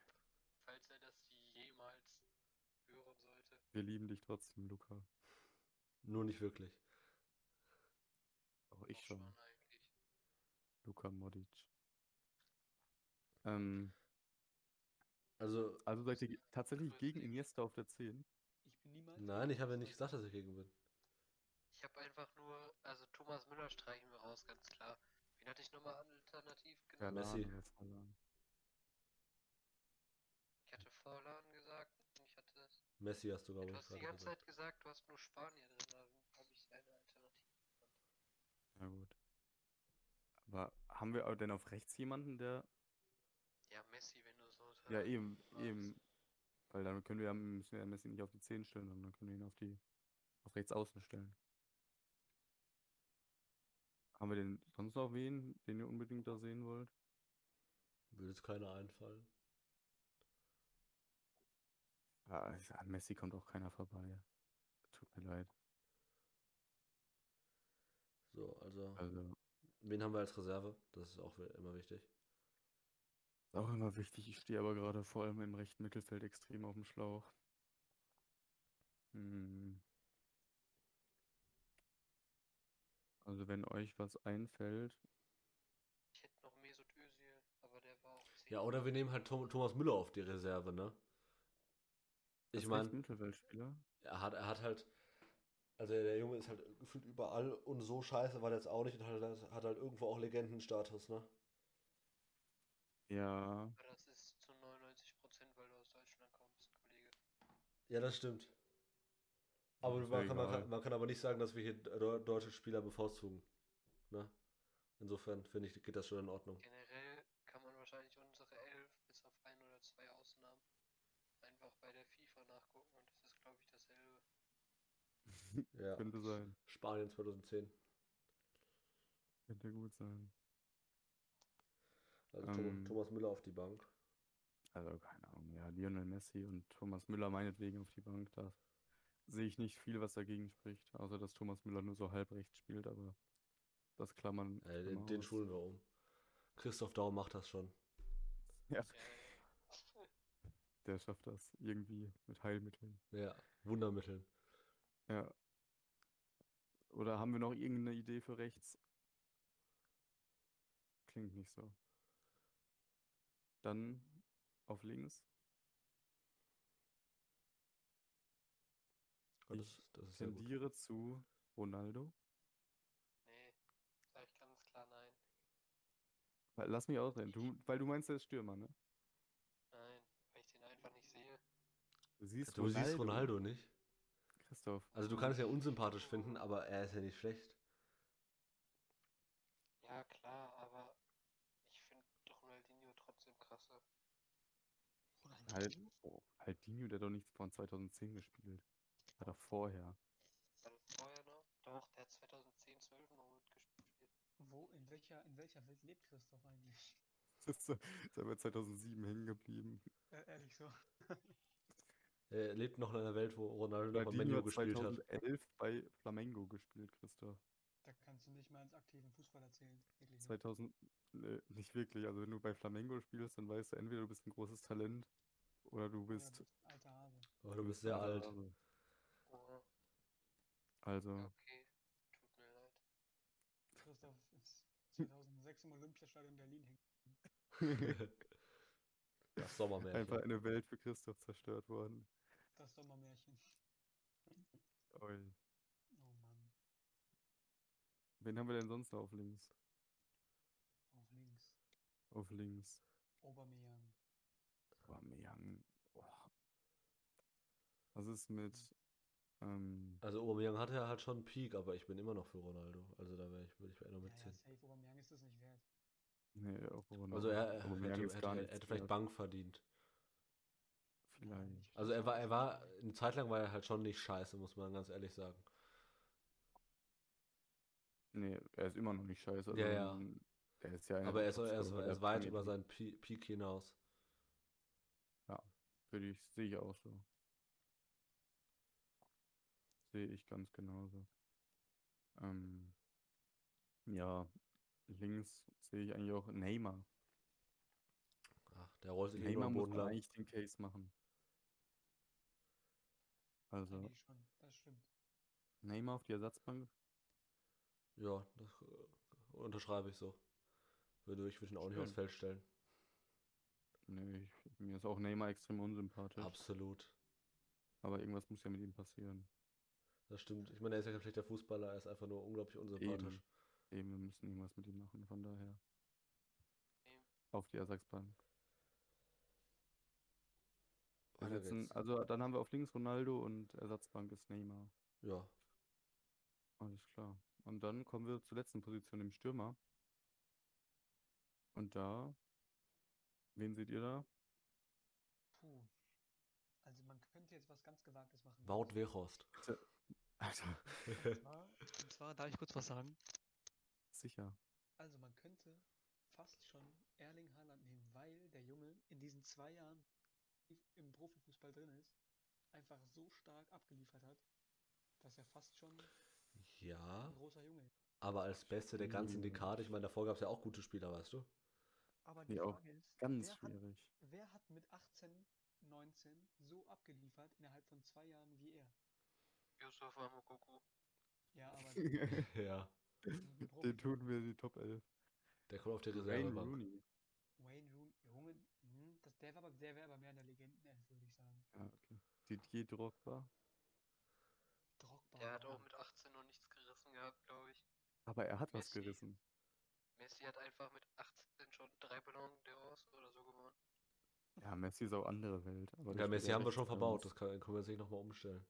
[SPEAKER 2] falls er das jemals hören sollte.
[SPEAKER 1] Wir lieben dich trotzdem, Luca.
[SPEAKER 3] Nur nicht wirklich.
[SPEAKER 1] Auch ich
[SPEAKER 2] auch
[SPEAKER 1] schon.
[SPEAKER 2] eigentlich.
[SPEAKER 1] Luka Modric. Ähm,
[SPEAKER 3] Also,
[SPEAKER 1] also seid ihr ge- tatsächlich
[SPEAKER 2] Grüß
[SPEAKER 1] gegen
[SPEAKER 2] dich.
[SPEAKER 1] Iniesta auf der 10?
[SPEAKER 4] Ich bin niemals.
[SPEAKER 3] nein, ich habe ja nicht gesagt, dass ich gegen bin.
[SPEAKER 2] Ich habe einfach nur, also Thomas Müller streichen wir raus, ganz klar. Wen hatte ich nochmal alternativ genannt?
[SPEAKER 3] Messi.
[SPEAKER 1] Lana ist Lana.
[SPEAKER 2] Ich hatte Vorladen gesagt und ich hatte.
[SPEAKER 3] Messi hast du, glaube
[SPEAKER 2] Du
[SPEAKER 3] ich,
[SPEAKER 2] hast die
[SPEAKER 3] gerade
[SPEAKER 2] ganze
[SPEAKER 3] gesagt.
[SPEAKER 2] Zeit gesagt, du hast nur Spanien drin, dann habe ich eine Alternative.
[SPEAKER 1] Ja, gut. Aber haben wir au- denn auf rechts jemanden, der.
[SPEAKER 2] Ja, Messi, wenn du so
[SPEAKER 1] Ja,
[SPEAKER 2] sagst.
[SPEAKER 1] eben,
[SPEAKER 2] was?
[SPEAKER 1] eben. Weil dann können wir ja, müssen wir ja Messi nicht auf die 10 stellen, sondern können wir ihn auf die auf rechts außen stellen. Haben wir denn sonst noch wen, den ihr unbedingt da sehen wollt?
[SPEAKER 3] Würde jetzt keiner einfallen.
[SPEAKER 1] Ja, also an Messi kommt auch keiner vorbei. Tut mir leid.
[SPEAKER 3] So, also,
[SPEAKER 1] Also,
[SPEAKER 3] wen haben wir als Reserve? Das ist auch wi- immer wichtig.
[SPEAKER 1] ist auch immer wichtig. Ich stehe aber gerade vor allem im rechten Mittelfeld extrem auf dem Schlauch. Hm. Also, wenn euch was einfällt,
[SPEAKER 2] Ich hätte noch Mesut Özil, aber der war auch 10.
[SPEAKER 3] Ja, oder wir nehmen halt Thom- Thomas Müller auf die Reserve, ne? Ich
[SPEAKER 1] als
[SPEAKER 3] meine,
[SPEAKER 1] rechten Mittelfeldspieler.
[SPEAKER 3] er hat, er hat halt, also der Junge ist halt gefühlt überall und so scheiße war der jetzt auch nicht und hat, halt- hat halt irgendwo auch Legendenstatus, ne?
[SPEAKER 1] Ja,
[SPEAKER 2] Aber das ist zu 99%, weil du aus Deutschland kommst, Kollege.
[SPEAKER 3] Ja, das stimmt. Aber
[SPEAKER 1] Ja, ist ja
[SPEAKER 3] man kann, man,
[SPEAKER 1] egal.
[SPEAKER 3] kann, man kann aber nicht sagen, dass wir hier deu- deutsche Spieler bevorzugen, ne? Insofern finde ich, geht das schon in Ordnung.
[SPEAKER 2] Generell kann man wahrscheinlich unsere Elf bis auf ein oder zwei Ausnahmen einfach bei der FIFA nachgucken und das ist, glaube ich, dasselbe.
[SPEAKER 3] Ja.
[SPEAKER 1] könnte sein.
[SPEAKER 3] Spanien 2010.
[SPEAKER 1] Könnte gut sein.
[SPEAKER 3] Also Thom-
[SPEAKER 1] Ähm.
[SPEAKER 3] Thomas Müller auf die Bank.
[SPEAKER 1] Also, keine Ahnung. Ja, Lionel Messi und Thomas Müller meinetwegen auf die Bank. Da sehe ich nicht viel, was dagegen spricht. Außer, dass Thomas Müller nur so halb rechts spielt, aber das klammern.
[SPEAKER 3] Äh, den,
[SPEAKER 1] Klammer
[SPEAKER 3] den
[SPEAKER 1] aus.
[SPEAKER 3] schulen wir um. Christoph Daum macht das schon.
[SPEAKER 2] Ja,
[SPEAKER 1] Der schafft das irgendwie mit Heilmitteln.
[SPEAKER 3] Ja, Wundermitteln.
[SPEAKER 1] Ja. Oder haben wir noch irgendeine Idee für rechts? Klingt nicht so. Dann auf links.
[SPEAKER 3] Und
[SPEAKER 1] Ich
[SPEAKER 3] das, das ist sehr gut.
[SPEAKER 1] Tendiere zu Ronaldo.
[SPEAKER 2] nee, sag ich ganz klar nein.
[SPEAKER 1] Weil- Lass mich ausreden. Du, weil du meinst, er ist Stürmer, ne?
[SPEAKER 2] Nein, weil ich den einfach nicht sehe.
[SPEAKER 1] Du siehst
[SPEAKER 3] Du siehst Ronaldo nicht.
[SPEAKER 1] Christoph.
[SPEAKER 3] Also du kannst ihn ja unsympathisch finden, aber er ist ja nicht schlecht.
[SPEAKER 2] Ja, klar, aber ich finde Ronaldinho trotzdem krasser.
[SPEAKER 1] Halt, Haldinho, der hat doch nichts von 2010 gespielt. Hat er vorher.
[SPEAKER 2] War das vorher noch? Doch, der hat 2010, 12 noch mitgespielt.
[SPEAKER 4] Wo, in welcher, in welcher Welt lebt Christoph eigentlich?
[SPEAKER 1] Ist er ist er bei 2007 hängen geblieben.
[SPEAKER 4] Äh, ehrlich so.
[SPEAKER 3] Er lebt noch in einer Welt, wo Ronaldo noch bei
[SPEAKER 1] Haldinho
[SPEAKER 3] Menu
[SPEAKER 1] hat
[SPEAKER 3] gespielt hat.
[SPEAKER 1] 2011 bei Flamengo gespielt, Christoph.
[SPEAKER 4] Da kannst du nicht mal als aktiven Fußballer zählen. Wirklich nicht.
[SPEAKER 1] 2000, nee, nicht wirklich. Also wenn du bei Flamengo spielst, dann weißt du, entweder du bist ein großes Talent oder du
[SPEAKER 4] Oder
[SPEAKER 1] bist,
[SPEAKER 4] bist ein Alter Hase.
[SPEAKER 3] Aber Oh, du bist sehr
[SPEAKER 1] alter
[SPEAKER 3] alt.
[SPEAKER 1] Hase.
[SPEAKER 2] Oha, ja,
[SPEAKER 1] Also,
[SPEAKER 2] Oh, okay. Tut mir leid.
[SPEAKER 4] Christoph ist 2006 im Olympiastadion Berlin hängt.
[SPEAKER 3] Das Sommermärchen.
[SPEAKER 1] einfach eine Welt für Christoph zerstört worden.
[SPEAKER 4] Das Sommermärchen.
[SPEAKER 1] Oi.
[SPEAKER 4] Oh Mann,
[SPEAKER 1] Wen haben wir denn sonst noch auf links?
[SPEAKER 4] auch links.
[SPEAKER 1] Auf links.
[SPEAKER 4] Aubameyang.
[SPEAKER 1] Aubameyang. Oh. Was ist mit, ähm,
[SPEAKER 3] Also Aubameyang hatte ja halt schon einen Peak, aber ich bin immer noch für Ronaldo. Also da wär ich, würde ich noch
[SPEAKER 4] Ja, ja,
[SPEAKER 3] mitziehen.
[SPEAKER 4] safe. Aubameyang ist das nicht wert.
[SPEAKER 1] nee, oh, auch
[SPEAKER 3] Also
[SPEAKER 1] Ronaldo.
[SPEAKER 3] er, er
[SPEAKER 1] Aubameyang
[SPEAKER 3] hätte,
[SPEAKER 1] ist
[SPEAKER 3] hätte,
[SPEAKER 1] gar
[SPEAKER 3] hätte,
[SPEAKER 1] nichts
[SPEAKER 3] vielleicht
[SPEAKER 1] wert.
[SPEAKER 3] Bank verdient.
[SPEAKER 1] Vielleicht.
[SPEAKER 3] Also er war, er war, eine Zeit lang war er halt schon nicht scheiße, muss man ganz ehrlich sagen.
[SPEAKER 1] Nee, er ist immer noch nicht scheiße.
[SPEAKER 3] Ja, ja.
[SPEAKER 1] ähm, Er ist ja einer
[SPEAKER 3] Aber
[SPEAKER 1] der
[SPEAKER 3] er ist, er ist,
[SPEAKER 1] Top-Stürmer
[SPEAKER 3] er
[SPEAKER 1] der
[SPEAKER 3] ist weit über
[SPEAKER 1] Premier
[SPEAKER 3] seinen Pe- Peak hinaus.
[SPEAKER 1] Würde ich, sehe ich auch so. Sehe ich ganz genauso. Ähm, ja, links sehe ich eigentlich auch Neymar.
[SPEAKER 3] Ach, der rollt sich über
[SPEAKER 1] Neymar
[SPEAKER 3] den
[SPEAKER 1] muss
[SPEAKER 3] Also Boden
[SPEAKER 1] man
[SPEAKER 3] lang.
[SPEAKER 1] eigentlich den Case machen. Also,
[SPEAKER 4] Nee, schon. Das stimmt.
[SPEAKER 1] Neymar auf die Ersatzbank.
[SPEAKER 3] Ja, das äh, unterschreibe ich so. Würde ich würde ihn auch nicht aufs
[SPEAKER 1] Schön.
[SPEAKER 3] Feld stellen.
[SPEAKER 1] Nee, ich, mir ist auch Neymar extrem unsympathisch.
[SPEAKER 3] Absolut.
[SPEAKER 1] Aber irgendwas muss ja mit ihm passieren.
[SPEAKER 3] Das stimmt. Ich meine, er ist ja kein schlechter Fußballer, er ist einfach nur unglaublich unsympathisch.
[SPEAKER 1] Eben. Eben, wir müssen irgendwas mit ihm machen, von daher.
[SPEAKER 2] Eben.
[SPEAKER 1] Auf die Ersatzbank. Wir
[SPEAKER 3] Weiter
[SPEAKER 1] setzen-
[SPEAKER 3] geht's.
[SPEAKER 1] also dann haben wir auf links Ronaldo und Ersatzbank ist Neymar.
[SPEAKER 3] Ja.
[SPEAKER 1] Alles klar. Und dann kommen wir zur letzten Position, dem Stürmer. Und da, wen seht ihr da?
[SPEAKER 4] Puh. Also man könnte jetzt was ganz Gewagtes machen.
[SPEAKER 3] Wout Weghorst.
[SPEAKER 1] Alter,
[SPEAKER 4] Und zwar, und zwar, darf ich kurz was sagen?
[SPEAKER 1] sicher.
[SPEAKER 4] Also man könnte fast schon Erling Haaland nehmen, weil der Junge in diesen zwei Jahren im Profifußball drin ist einfach so stark abgeliefert hat, dass er fast schon
[SPEAKER 3] Ja,
[SPEAKER 4] ein großer Junge ist.
[SPEAKER 3] aber als Beste der ganzen
[SPEAKER 1] Mm.
[SPEAKER 3] Dekade, ich meine, davor gab es ja auch gute Spieler, weißt du?
[SPEAKER 4] Aber die
[SPEAKER 1] Ja, auch
[SPEAKER 4] Frage ist,
[SPEAKER 1] Ganz
[SPEAKER 4] wer, hat,
[SPEAKER 1] schwierig.
[SPEAKER 4] wer hat mit 18, 19 so abgeliefert innerhalb von zwei Jahren wie er?
[SPEAKER 2] Yusuf Amokoku.
[SPEAKER 4] Ja, aber
[SPEAKER 1] Den
[SPEAKER 4] das
[SPEAKER 3] Ja,
[SPEAKER 4] ist ein Profi.
[SPEAKER 1] tun wir in die Top 11.
[SPEAKER 3] der kommt auf die
[SPEAKER 1] Wayne
[SPEAKER 3] Reservebank.
[SPEAKER 1] Rooney.
[SPEAKER 4] Wayne Rooney, Junge, hm, das, der, war aber, der wäre aber mehr in der Legendenelf, würde ich sagen.
[SPEAKER 1] Ah, okay. Didier Drogba.
[SPEAKER 4] Drogba.
[SPEAKER 2] Der hat
[SPEAKER 4] Mann.
[SPEAKER 2] auch mit 18 noch nichts gerissen gehabt, glaube ich.
[SPEAKER 1] Aber er hat was
[SPEAKER 2] Messi.
[SPEAKER 1] gerissen.
[SPEAKER 2] Messi hat einfach mit 18 schon drei Ballon d'Ors oder so gewonnen.
[SPEAKER 1] Ja, Messi ist auch andere Welt. Aber der
[SPEAKER 3] Ja, Messi
[SPEAKER 1] spielt ähm,
[SPEAKER 3] haben wir
[SPEAKER 1] rechts
[SPEAKER 3] schon
[SPEAKER 1] bei
[SPEAKER 3] verbaut, das
[SPEAKER 1] uns.
[SPEAKER 3] kann, können wir sich nochmal umstellen.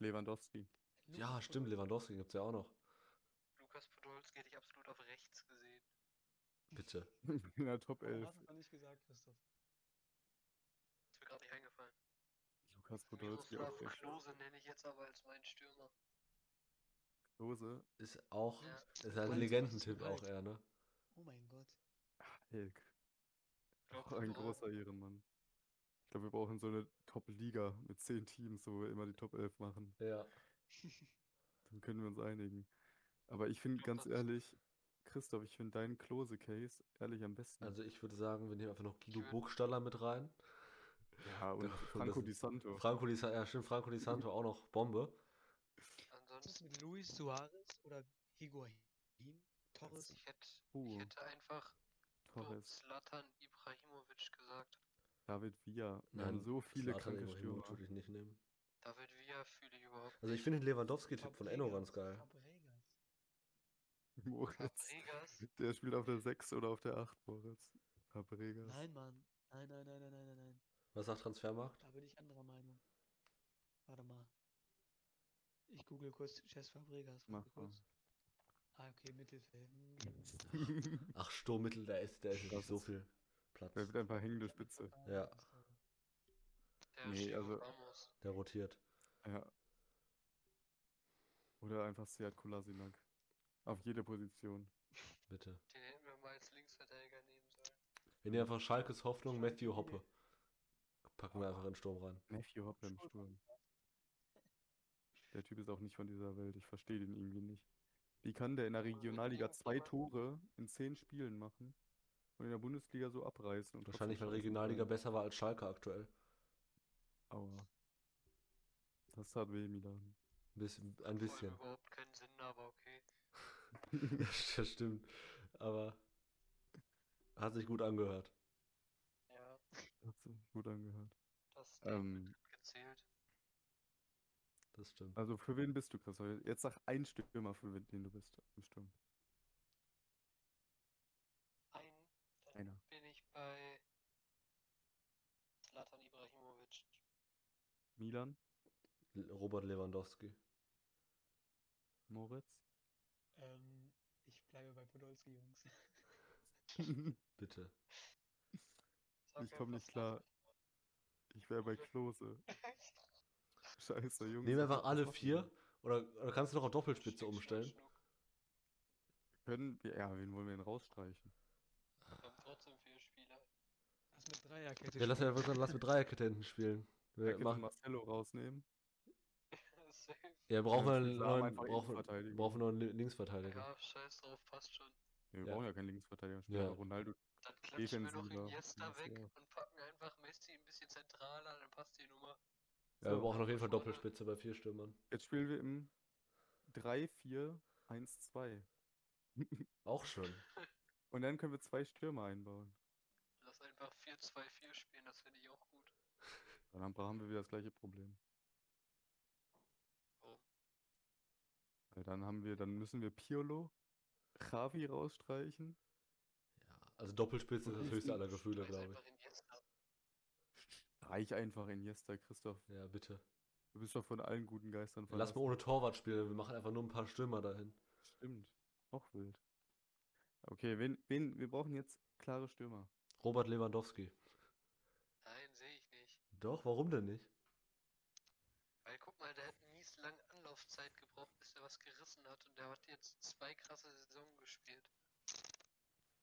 [SPEAKER 1] Lewandowski.
[SPEAKER 3] Ja,
[SPEAKER 4] Lukas
[SPEAKER 3] stimmt,
[SPEAKER 4] Podolski.
[SPEAKER 3] Lewandowski gibt's ja auch noch.
[SPEAKER 2] Lukas Podolski hätte ich absolut auf rechts gesehen.
[SPEAKER 3] Bitte.
[SPEAKER 1] In der Top
[SPEAKER 4] Aber Du
[SPEAKER 1] 11.
[SPEAKER 4] hast es noch nicht gesagt, Christoph.
[SPEAKER 2] Ist mir gerade nicht eingefallen.
[SPEAKER 1] Lukas Podolski
[SPEAKER 2] Miroslav
[SPEAKER 1] auf rechts.
[SPEAKER 2] Klose nenne ich jetzt aber als meinen Stürmer.
[SPEAKER 1] Klose.
[SPEAKER 3] Ist auch,
[SPEAKER 2] Ja.
[SPEAKER 3] ist halt
[SPEAKER 4] Meinst du, was
[SPEAKER 3] ein
[SPEAKER 4] ist
[SPEAKER 3] Legendentipp auch
[SPEAKER 4] bereit?
[SPEAKER 3] eher, ne?
[SPEAKER 4] Oh mein Gott.
[SPEAKER 1] Hilk.
[SPEAKER 2] Glaubst
[SPEAKER 1] Auch
[SPEAKER 2] du
[SPEAKER 1] Oh, ein
[SPEAKER 2] dran?
[SPEAKER 1] großer Ehrenmann. Ich glaube, wir brauchen so eine Top-Liga mit 10 Teams, wo wir immer die Top 11 machen.
[SPEAKER 3] Ja.
[SPEAKER 1] Dann können wir uns einigen. Aber ich finde,
[SPEAKER 2] Ja,
[SPEAKER 1] ganz
[SPEAKER 2] passt.
[SPEAKER 1] ehrlich, Christoph, ich finde deinen Klose-Case ehrlich am besten.
[SPEAKER 3] Also ich würde sagen, wir nehmen einfach noch Guido
[SPEAKER 2] Ich würd-
[SPEAKER 3] Burgstaller mit rein.
[SPEAKER 1] ja, und
[SPEAKER 3] da- und
[SPEAKER 1] Franco
[SPEAKER 3] das-
[SPEAKER 1] Di Santo.
[SPEAKER 3] Franco Di Santo, ja stimmt, Franco Di Santo auch noch Bombe.
[SPEAKER 4] Was ist
[SPEAKER 2] Ansonsten,
[SPEAKER 4] mit Luis Suarez oder Higuain? Torres?
[SPEAKER 2] ich hätte, ich
[SPEAKER 1] Puh,
[SPEAKER 2] hätte einfach so
[SPEAKER 1] Torres,
[SPEAKER 2] Zlatan Ibrahimovic gesagt.
[SPEAKER 1] David Villa. Wir haben
[SPEAKER 3] Nein,
[SPEAKER 1] so viele
[SPEAKER 3] Zlatan
[SPEAKER 1] kranke
[SPEAKER 3] Ibrahimovic
[SPEAKER 1] Stürmer.
[SPEAKER 3] würde ich nicht nehmen.
[SPEAKER 2] David Villa fühle ich überhaupt
[SPEAKER 3] Also ich finde den Lewandowski-Tipp von Enno ganz geil.
[SPEAKER 4] Fabregas, Fabregas.
[SPEAKER 1] Moritz.
[SPEAKER 2] Fabregas,
[SPEAKER 1] Der spielt auf der 6 oder auf der 8, Moritz. Fabregas.
[SPEAKER 4] Nein, Mann. Nein, nein, nein, nein, nein, nein, nein.
[SPEAKER 3] Was sagt Transfermarkt?
[SPEAKER 4] Da bin ich anderer Meinung. Warte mal. Ich google kurz Chess Fabregas.
[SPEAKER 1] Mach
[SPEAKER 4] Warte kurz. Ah, okay, Mittelfeld. Hm.
[SPEAKER 3] Ach, Sturmmittel, da ist, da ist jetzt nicht so viel Platz.
[SPEAKER 1] Da wird einfach hängende Spitze.
[SPEAKER 4] Ah,
[SPEAKER 3] Ja.
[SPEAKER 4] alles klar.
[SPEAKER 2] der
[SPEAKER 1] Nee,
[SPEAKER 2] Gio
[SPEAKER 1] also-
[SPEAKER 2] Ramos.
[SPEAKER 3] Der rotiert.
[SPEAKER 1] Ja. Oder einfach Seat Kolasinac. Auf jede Position.
[SPEAKER 3] Bitte.
[SPEAKER 2] Den hätten wir mal als Linksverteidiger nehmen sollen.
[SPEAKER 3] Wir nehmen einfach Schalkes Hoffnung, Matthew Hoppe.
[SPEAKER 4] Schulz.
[SPEAKER 3] Packen wir einfach in den Sturm rein.
[SPEAKER 1] Matthew Hoppe im Sturm. Der Typ ist auch nicht von dieser Welt. Ich verstehe den irgendwie nicht. Wie kann der in der
[SPEAKER 2] Aber wenn
[SPEAKER 1] Regionalliga
[SPEAKER 2] der
[SPEAKER 1] zwei
[SPEAKER 2] jemand-
[SPEAKER 1] Tore in zehn Spielen machen und in der Bundesliga so abreißen? Und trotzdem
[SPEAKER 3] Wahrscheinlich, weil
[SPEAKER 1] scheiße
[SPEAKER 3] Regionalliga
[SPEAKER 1] sein?
[SPEAKER 3] besser war als Schalke aktuell.
[SPEAKER 1] Aua. Das tat weh, Milan.
[SPEAKER 3] Bis, ein
[SPEAKER 2] Vor allem
[SPEAKER 3] bisschen.
[SPEAKER 2] überhaupt keinen Sinn, aber okay.
[SPEAKER 3] das stimmt. Aber hat sich gut angehört.
[SPEAKER 2] Ja,
[SPEAKER 1] Hat sich gut angehört.
[SPEAKER 2] das Statement
[SPEAKER 1] Ähm,
[SPEAKER 2] hat gezählt.
[SPEAKER 3] Das stimmt.
[SPEAKER 1] also für wen bist du, Christoph? Jetzt sag ein Stürmer, für wen den du bist im Sturm.
[SPEAKER 2] Ein, dann
[SPEAKER 1] Einer.
[SPEAKER 2] bin ich bei Zlatan Ibrahimovic.
[SPEAKER 1] Milan,
[SPEAKER 3] L- Robert Lewandowski.
[SPEAKER 1] Moritz.
[SPEAKER 4] Ähm, ich bleibe bei Podolski, Jungs.
[SPEAKER 3] Bitte.
[SPEAKER 2] Sag
[SPEAKER 1] Ich
[SPEAKER 2] mir
[SPEAKER 1] komm
[SPEAKER 2] einfach
[SPEAKER 1] nicht klar. Ich wäre bei Klose.
[SPEAKER 2] Zlatan.
[SPEAKER 1] Scheiße, Junge.
[SPEAKER 3] Nehmen wir
[SPEAKER 1] ich hab
[SPEAKER 3] einfach alle
[SPEAKER 1] getroffen.
[SPEAKER 3] vier. Oder, oder kannst du noch auf Doppelspitze
[SPEAKER 2] Schnick,
[SPEAKER 3] umstellen?
[SPEAKER 2] schnack, schnuck.
[SPEAKER 1] Können wir, ja, wen wollen wir denn rausstreichen?
[SPEAKER 2] Wir haben trotzdem vier Spieler.
[SPEAKER 4] Was mit Dreierkette?
[SPEAKER 3] Ja, lass,
[SPEAKER 4] spielen?
[SPEAKER 3] einfach- lass mit Dreierkette hinten spielen. Wir
[SPEAKER 1] Beckett und
[SPEAKER 3] machen,
[SPEAKER 1] Marcello rausnehmen.
[SPEAKER 2] Safe.
[SPEAKER 3] ja, brauchen wir
[SPEAKER 1] Ja,
[SPEAKER 3] einen
[SPEAKER 1] wir haben
[SPEAKER 3] neuen,
[SPEAKER 1] einfach
[SPEAKER 3] brauchen,
[SPEAKER 1] Innenverteidiger.
[SPEAKER 3] brauchen wir noch einen Linksverteidiger.
[SPEAKER 2] Ja, scheiß drauf, passt schon.
[SPEAKER 1] Wir
[SPEAKER 3] Ja.
[SPEAKER 1] brauchen ja keinen Linksverteidiger. Spielen
[SPEAKER 3] Ja.
[SPEAKER 1] wir Ronaldo.
[SPEAKER 2] Dann klatschen wir noch
[SPEAKER 1] Defensiver,
[SPEAKER 2] Iniesta
[SPEAKER 1] das
[SPEAKER 2] weg
[SPEAKER 1] wär-
[SPEAKER 2] und packen einfach Messi ein bisschen zentraler, dann passt die Nummer.
[SPEAKER 3] Ja, wir
[SPEAKER 1] So,
[SPEAKER 3] brauchen auf jeden Fall
[SPEAKER 2] vorne.
[SPEAKER 3] Doppelspitze bei vier Stürmern.
[SPEAKER 1] jetzt spielen wir im 3-4-1-2.
[SPEAKER 3] Auch schön.
[SPEAKER 1] Und dann können wir zwei Stürmer einbauen.
[SPEAKER 2] Lass einfach 4-2-4 spielen, das finde ich auch gut.
[SPEAKER 1] Dann haben- haben wir wieder das gleiche Problem.
[SPEAKER 2] Oh.
[SPEAKER 1] Weil dann haben wir, dann müssen wir Pirlo, Javi rausstreichen.
[SPEAKER 3] Ja, also Doppelspitze ist das höchste aller Gefühle,
[SPEAKER 2] Schmeiß
[SPEAKER 3] glaube
[SPEAKER 2] einfach Iniesta.
[SPEAKER 1] Reich einfach Iniesta, Christoph.
[SPEAKER 3] ich. Ja, bitte.
[SPEAKER 1] Du bist doch von allen guten Geistern
[SPEAKER 3] Lass mal ohne Torwart spielen. Wir machen einfach nur ein paar Stürmer dahin.
[SPEAKER 1] Stimmt. Auch wild. Okay, wen, wen, wir brauchen jetzt klare Stürmer.
[SPEAKER 3] Robert Lewandowski.
[SPEAKER 2] Nein, sehe ich nicht.
[SPEAKER 3] Doch, warum denn nicht?
[SPEAKER 2] Weil guck mal, der hat mies lang Anlaufzeit gebraucht, bis er was gerissen hat und der hat jetzt zwei krasse Saisonen gespielt.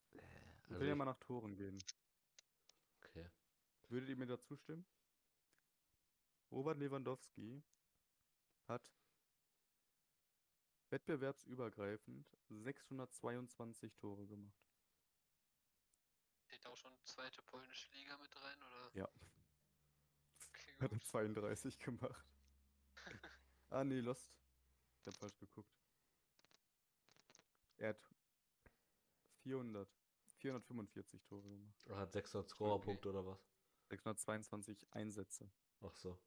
[SPEAKER 1] Wir
[SPEAKER 3] Also
[SPEAKER 1] können ja
[SPEAKER 3] ich-
[SPEAKER 1] mal nach Toren gehen.
[SPEAKER 3] okay.
[SPEAKER 1] Würdet ihr mir dazu stimmen? Robert Lewandowski hat wettbewerbsübergreifend 622 Tore gemacht.
[SPEAKER 2] Zählt auch schon zweite polnische Liga mit rein, oder?
[SPEAKER 1] Ja.
[SPEAKER 2] Okay,
[SPEAKER 1] Er hat
[SPEAKER 2] gut.
[SPEAKER 1] 32 gemacht. ah, nee, Lost. Ich hab falsch geguckt. Er hat 400, 445 Tore gemacht.
[SPEAKER 3] Er hat 600 Scorerpunkte oder was?
[SPEAKER 1] 622 Einsätze.
[SPEAKER 3] Ach so.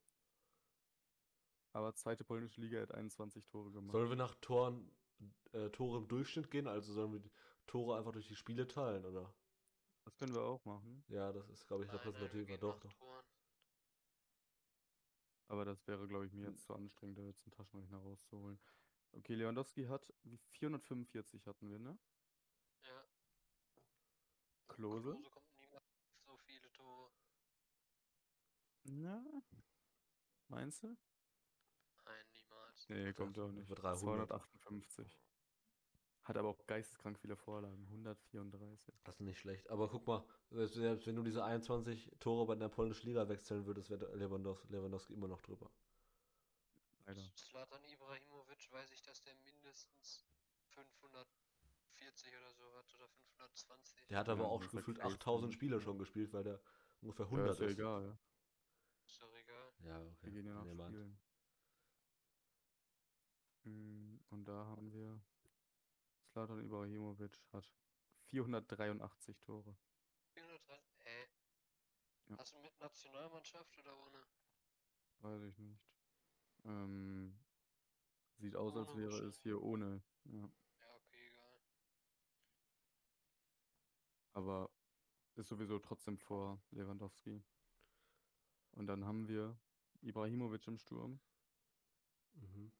[SPEAKER 1] Aber zweite polnische Liga hat 21 Tore gemacht.
[SPEAKER 3] Sollen wir nach Toren, äh, Tore im Durchschnitt gehen? Also sollen wir die Tore einfach durch die Spiele teilen, oder?
[SPEAKER 1] Das können wir auch machen.
[SPEAKER 3] Ja, das ist, glaube ich,
[SPEAKER 2] Nein, nein, wir
[SPEAKER 3] repräsentativer.
[SPEAKER 2] gehen
[SPEAKER 3] Doch,
[SPEAKER 2] nach
[SPEAKER 3] doch.
[SPEAKER 2] Toren.
[SPEAKER 1] Aber das wäre, glaube ich, mir jetzt zu anstrengend, da jetzt einen Taschenrechner rauszuholen. Okay, Lewandowski hat, wie 445 hatten wir, ne?
[SPEAKER 2] Ja.
[SPEAKER 1] Klose?
[SPEAKER 2] Klose kommt niemals auf so viele Tore.
[SPEAKER 1] Na? Meinst du?
[SPEAKER 2] Nein, niemals.
[SPEAKER 1] Nee, kommt
[SPEAKER 3] Das
[SPEAKER 1] auch nicht.
[SPEAKER 3] über 300.
[SPEAKER 1] 258. Hat aber auch geisteskrank viele Vorlagen. 134.
[SPEAKER 3] Das ist nicht schlecht. Aber guck mal, selbst selbst wenn du diese 21 Tore bei der polnischen Liga wechseln würdest, wäre Lewandowski, Lewandowski immer noch drüber.
[SPEAKER 1] Leider.
[SPEAKER 2] Slatan Ibrahimovic weiß ich, dass der mindestens 540 oder so hat oder 520.
[SPEAKER 3] Der hat aber
[SPEAKER 1] Ja,
[SPEAKER 3] auch
[SPEAKER 1] das
[SPEAKER 3] gefühlt
[SPEAKER 1] ist halt
[SPEAKER 3] 8000
[SPEAKER 1] echt
[SPEAKER 3] Spiele
[SPEAKER 1] gut,
[SPEAKER 3] schon gespielt, weil der ungefähr
[SPEAKER 1] Ja,
[SPEAKER 3] 100
[SPEAKER 1] ist ja
[SPEAKER 3] ist.
[SPEAKER 1] egal. ja.
[SPEAKER 2] Ist doch egal.
[SPEAKER 3] Ja,
[SPEAKER 1] Wir
[SPEAKER 3] okay.
[SPEAKER 1] gehen ja nach
[SPEAKER 3] Nee, meint.
[SPEAKER 1] Spielen. Mm, Und da haben wir Zlatan Ibrahimovic hat 483 Tore.
[SPEAKER 2] 403. Hä?
[SPEAKER 1] Ja.
[SPEAKER 2] Hast du mit Nationalmannschaft oder ohne?
[SPEAKER 1] Weiß ich nicht. Ähm, sieht aus, als
[SPEAKER 2] Ohne
[SPEAKER 1] wäre es hier ohne. Ja.
[SPEAKER 2] Ja, okay, egal.
[SPEAKER 1] Aber ist sowieso trotzdem vor Lewandowski. Und dann haben wir Ibrahimovic im Sturm.
[SPEAKER 3] Mhm.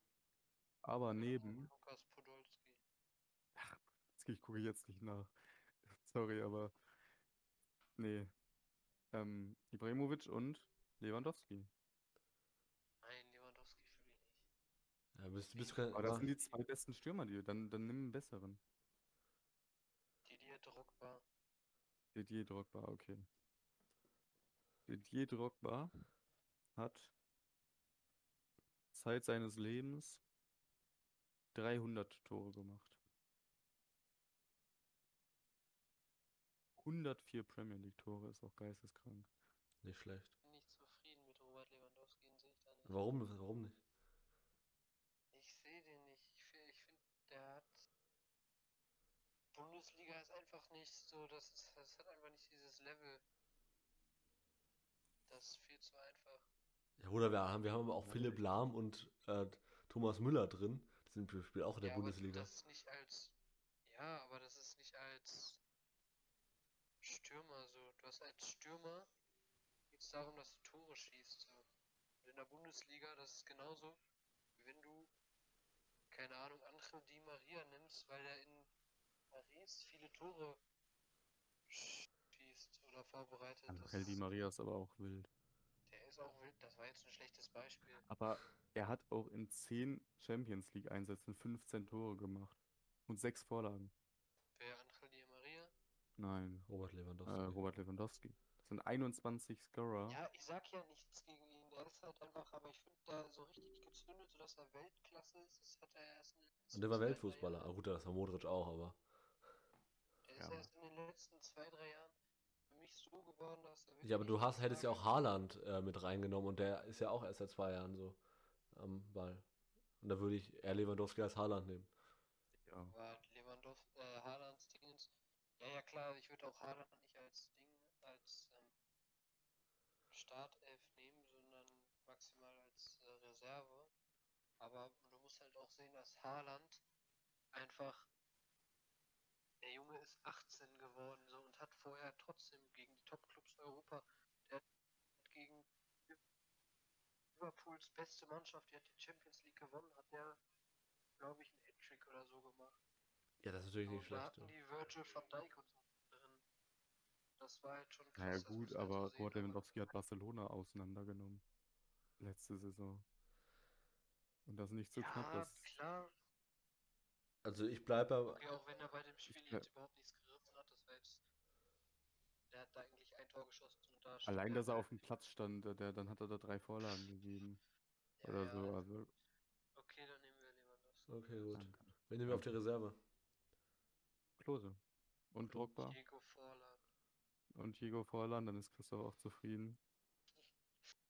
[SPEAKER 1] Aber
[SPEAKER 2] Oder
[SPEAKER 1] neben,
[SPEAKER 2] Lukas Podolski.
[SPEAKER 1] ich gucke jetzt nicht nach. Sorry, aber nee. Ähm, Ibrahimovic und Lewandowski.
[SPEAKER 2] Nein, Lewandowski fühle ich nicht.
[SPEAKER 3] Ja, bist, bist du kein,
[SPEAKER 1] Aber das sind
[SPEAKER 3] ah,
[SPEAKER 1] die zwei besten Stürmer, die dann, dann nimm einen besseren.
[SPEAKER 2] Didier Drogba.
[SPEAKER 1] Didier Drogba, okay. Didier Drogba hat Zeit seines Lebens 300 Tore gemacht. 104 Premier League Tore ist auch geisteskrank.
[SPEAKER 3] nicht schlecht.
[SPEAKER 2] Bin nicht zufrieden mit Robert Lewandowski, den sehe ich da nicht.
[SPEAKER 3] Warum, warum nicht?
[SPEAKER 2] Ich sehe den nicht. Ich finde, ich find, der hat. Bundesliga ist einfach nicht so, das, ist- das hat einfach nicht dieses Level. Das ist viel zu einfach.
[SPEAKER 3] Ja, oder wir haben, wir haben aber auch
[SPEAKER 1] Ja,
[SPEAKER 3] Philipp Lahm und äh, Thomas Müller drin. Die sind zum Beispiel auch in der
[SPEAKER 2] ja,
[SPEAKER 3] Bundesliga.
[SPEAKER 2] Aber das ist nicht als. Ja, aber das ist nicht als Stürmer so. Du hast als Stürmer geht es darum, dass du Tore schießt. So. Und in der Bundesliga, das ist genauso, wie wenn du, keine Ahnung, Angel Di Maria nimmst, weil er in Paris viele Tore schießt oder vorbereitet. Das
[SPEAKER 1] Angel Di Maria ist aber auch wild.
[SPEAKER 2] ist, der ist auch wild, das war jetzt ein schlechtes Beispiel.
[SPEAKER 1] Aber er hat auch in 10 Champions League Einsätzen 15 Tore gemacht und 6 Vorlagen.
[SPEAKER 2] Wer Angel Di Maria?
[SPEAKER 1] Nein,
[SPEAKER 3] Robert
[SPEAKER 1] äh,
[SPEAKER 3] Lewandowski.
[SPEAKER 1] Robert Lewandowski. Das sind 21 Scorer.
[SPEAKER 2] Ja, ich sag ja nichts gegen ihn. Der ist halt einfach, aber ich finde da so richtig gezündet, sodass er Weltklasse ist. Das hat er erst in den letzten
[SPEAKER 3] und der war
[SPEAKER 2] zwei, drei
[SPEAKER 3] Weltfußballer. Ah,
[SPEAKER 2] Jahren.
[SPEAKER 3] gut, das war Modric auch, aber.
[SPEAKER 2] Der
[SPEAKER 1] Ja.
[SPEAKER 2] ist erst in den letzten zwei, drei Jahren für mich so geworden, dass er
[SPEAKER 3] Ja, aber du
[SPEAKER 2] wirklich
[SPEAKER 3] hast, hättest ja auch
[SPEAKER 2] stark
[SPEAKER 3] Haaland äh, mit reingenommen und der ist ja auch erst seit zwei Jahren so am Ball. Und da würde ich eher Lewandowski als Haaland nehmen.
[SPEAKER 1] Ja.
[SPEAKER 2] war. Lewandowski, äh, Haalands Dingens. Ja, ja, klar, ich würde auch Haaland nicht als Ding, als ähm, Startelf nehmen, sondern maximal als äh, Reserve. Aber du musst halt auch sehen, dass Haaland einfach. Der Junge ist 18 geworden so und hat vorher trotzdem gegen die Top-Clubs Europa, der hat gegen Liverpools beste Mannschaft, die hat die Champions League gewonnen, hat der, glaube ich, einen Hattrick oder so gemacht.
[SPEAKER 3] Ja, das ist natürlich nicht
[SPEAKER 2] Und da
[SPEAKER 3] schlecht.
[SPEAKER 2] hatten die Virgil van Dijk und so drin. Das war halt schon krass.
[SPEAKER 1] Naja
[SPEAKER 2] das muss
[SPEAKER 1] gut,
[SPEAKER 2] man
[SPEAKER 1] aber
[SPEAKER 2] so sehen,
[SPEAKER 1] Robert Lewandowski hat Barcelona auseinandergenommen. Letzte Saison. Und das nicht so
[SPEAKER 2] ja,
[SPEAKER 1] knapp, das
[SPEAKER 2] klar.
[SPEAKER 3] Also ich bleibe
[SPEAKER 2] Okay, auch wenn er bei dem Spiel
[SPEAKER 1] Ja.
[SPEAKER 2] jetzt überhaupt nichts gerissen hat, das war jetzt. Der hat da eigentlich ein Tor geschossen und da stimmt,
[SPEAKER 1] Allein,
[SPEAKER 2] ja.
[SPEAKER 1] dass er auf dem Platz stand, äh, der, dann hat er da drei Vorlagen gegeben.
[SPEAKER 2] Ja,
[SPEAKER 1] oder
[SPEAKER 2] ja.
[SPEAKER 1] so. Also,
[SPEAKER 2] Okay, dann nehmen wir Lewandowski.
[SPEAKER 3] Okay, gut.
[SPEAKER 1] danke.
[SPEAKER 3] Wen nehmen wir auf der Reserve?
[SPEAKER 1] Klose. Und Drogba.
[SPEAKER 2] Diego Vorland.
[SPEAKER 1] Und Diego Vorland, dann ist Christoph auch zufrieden.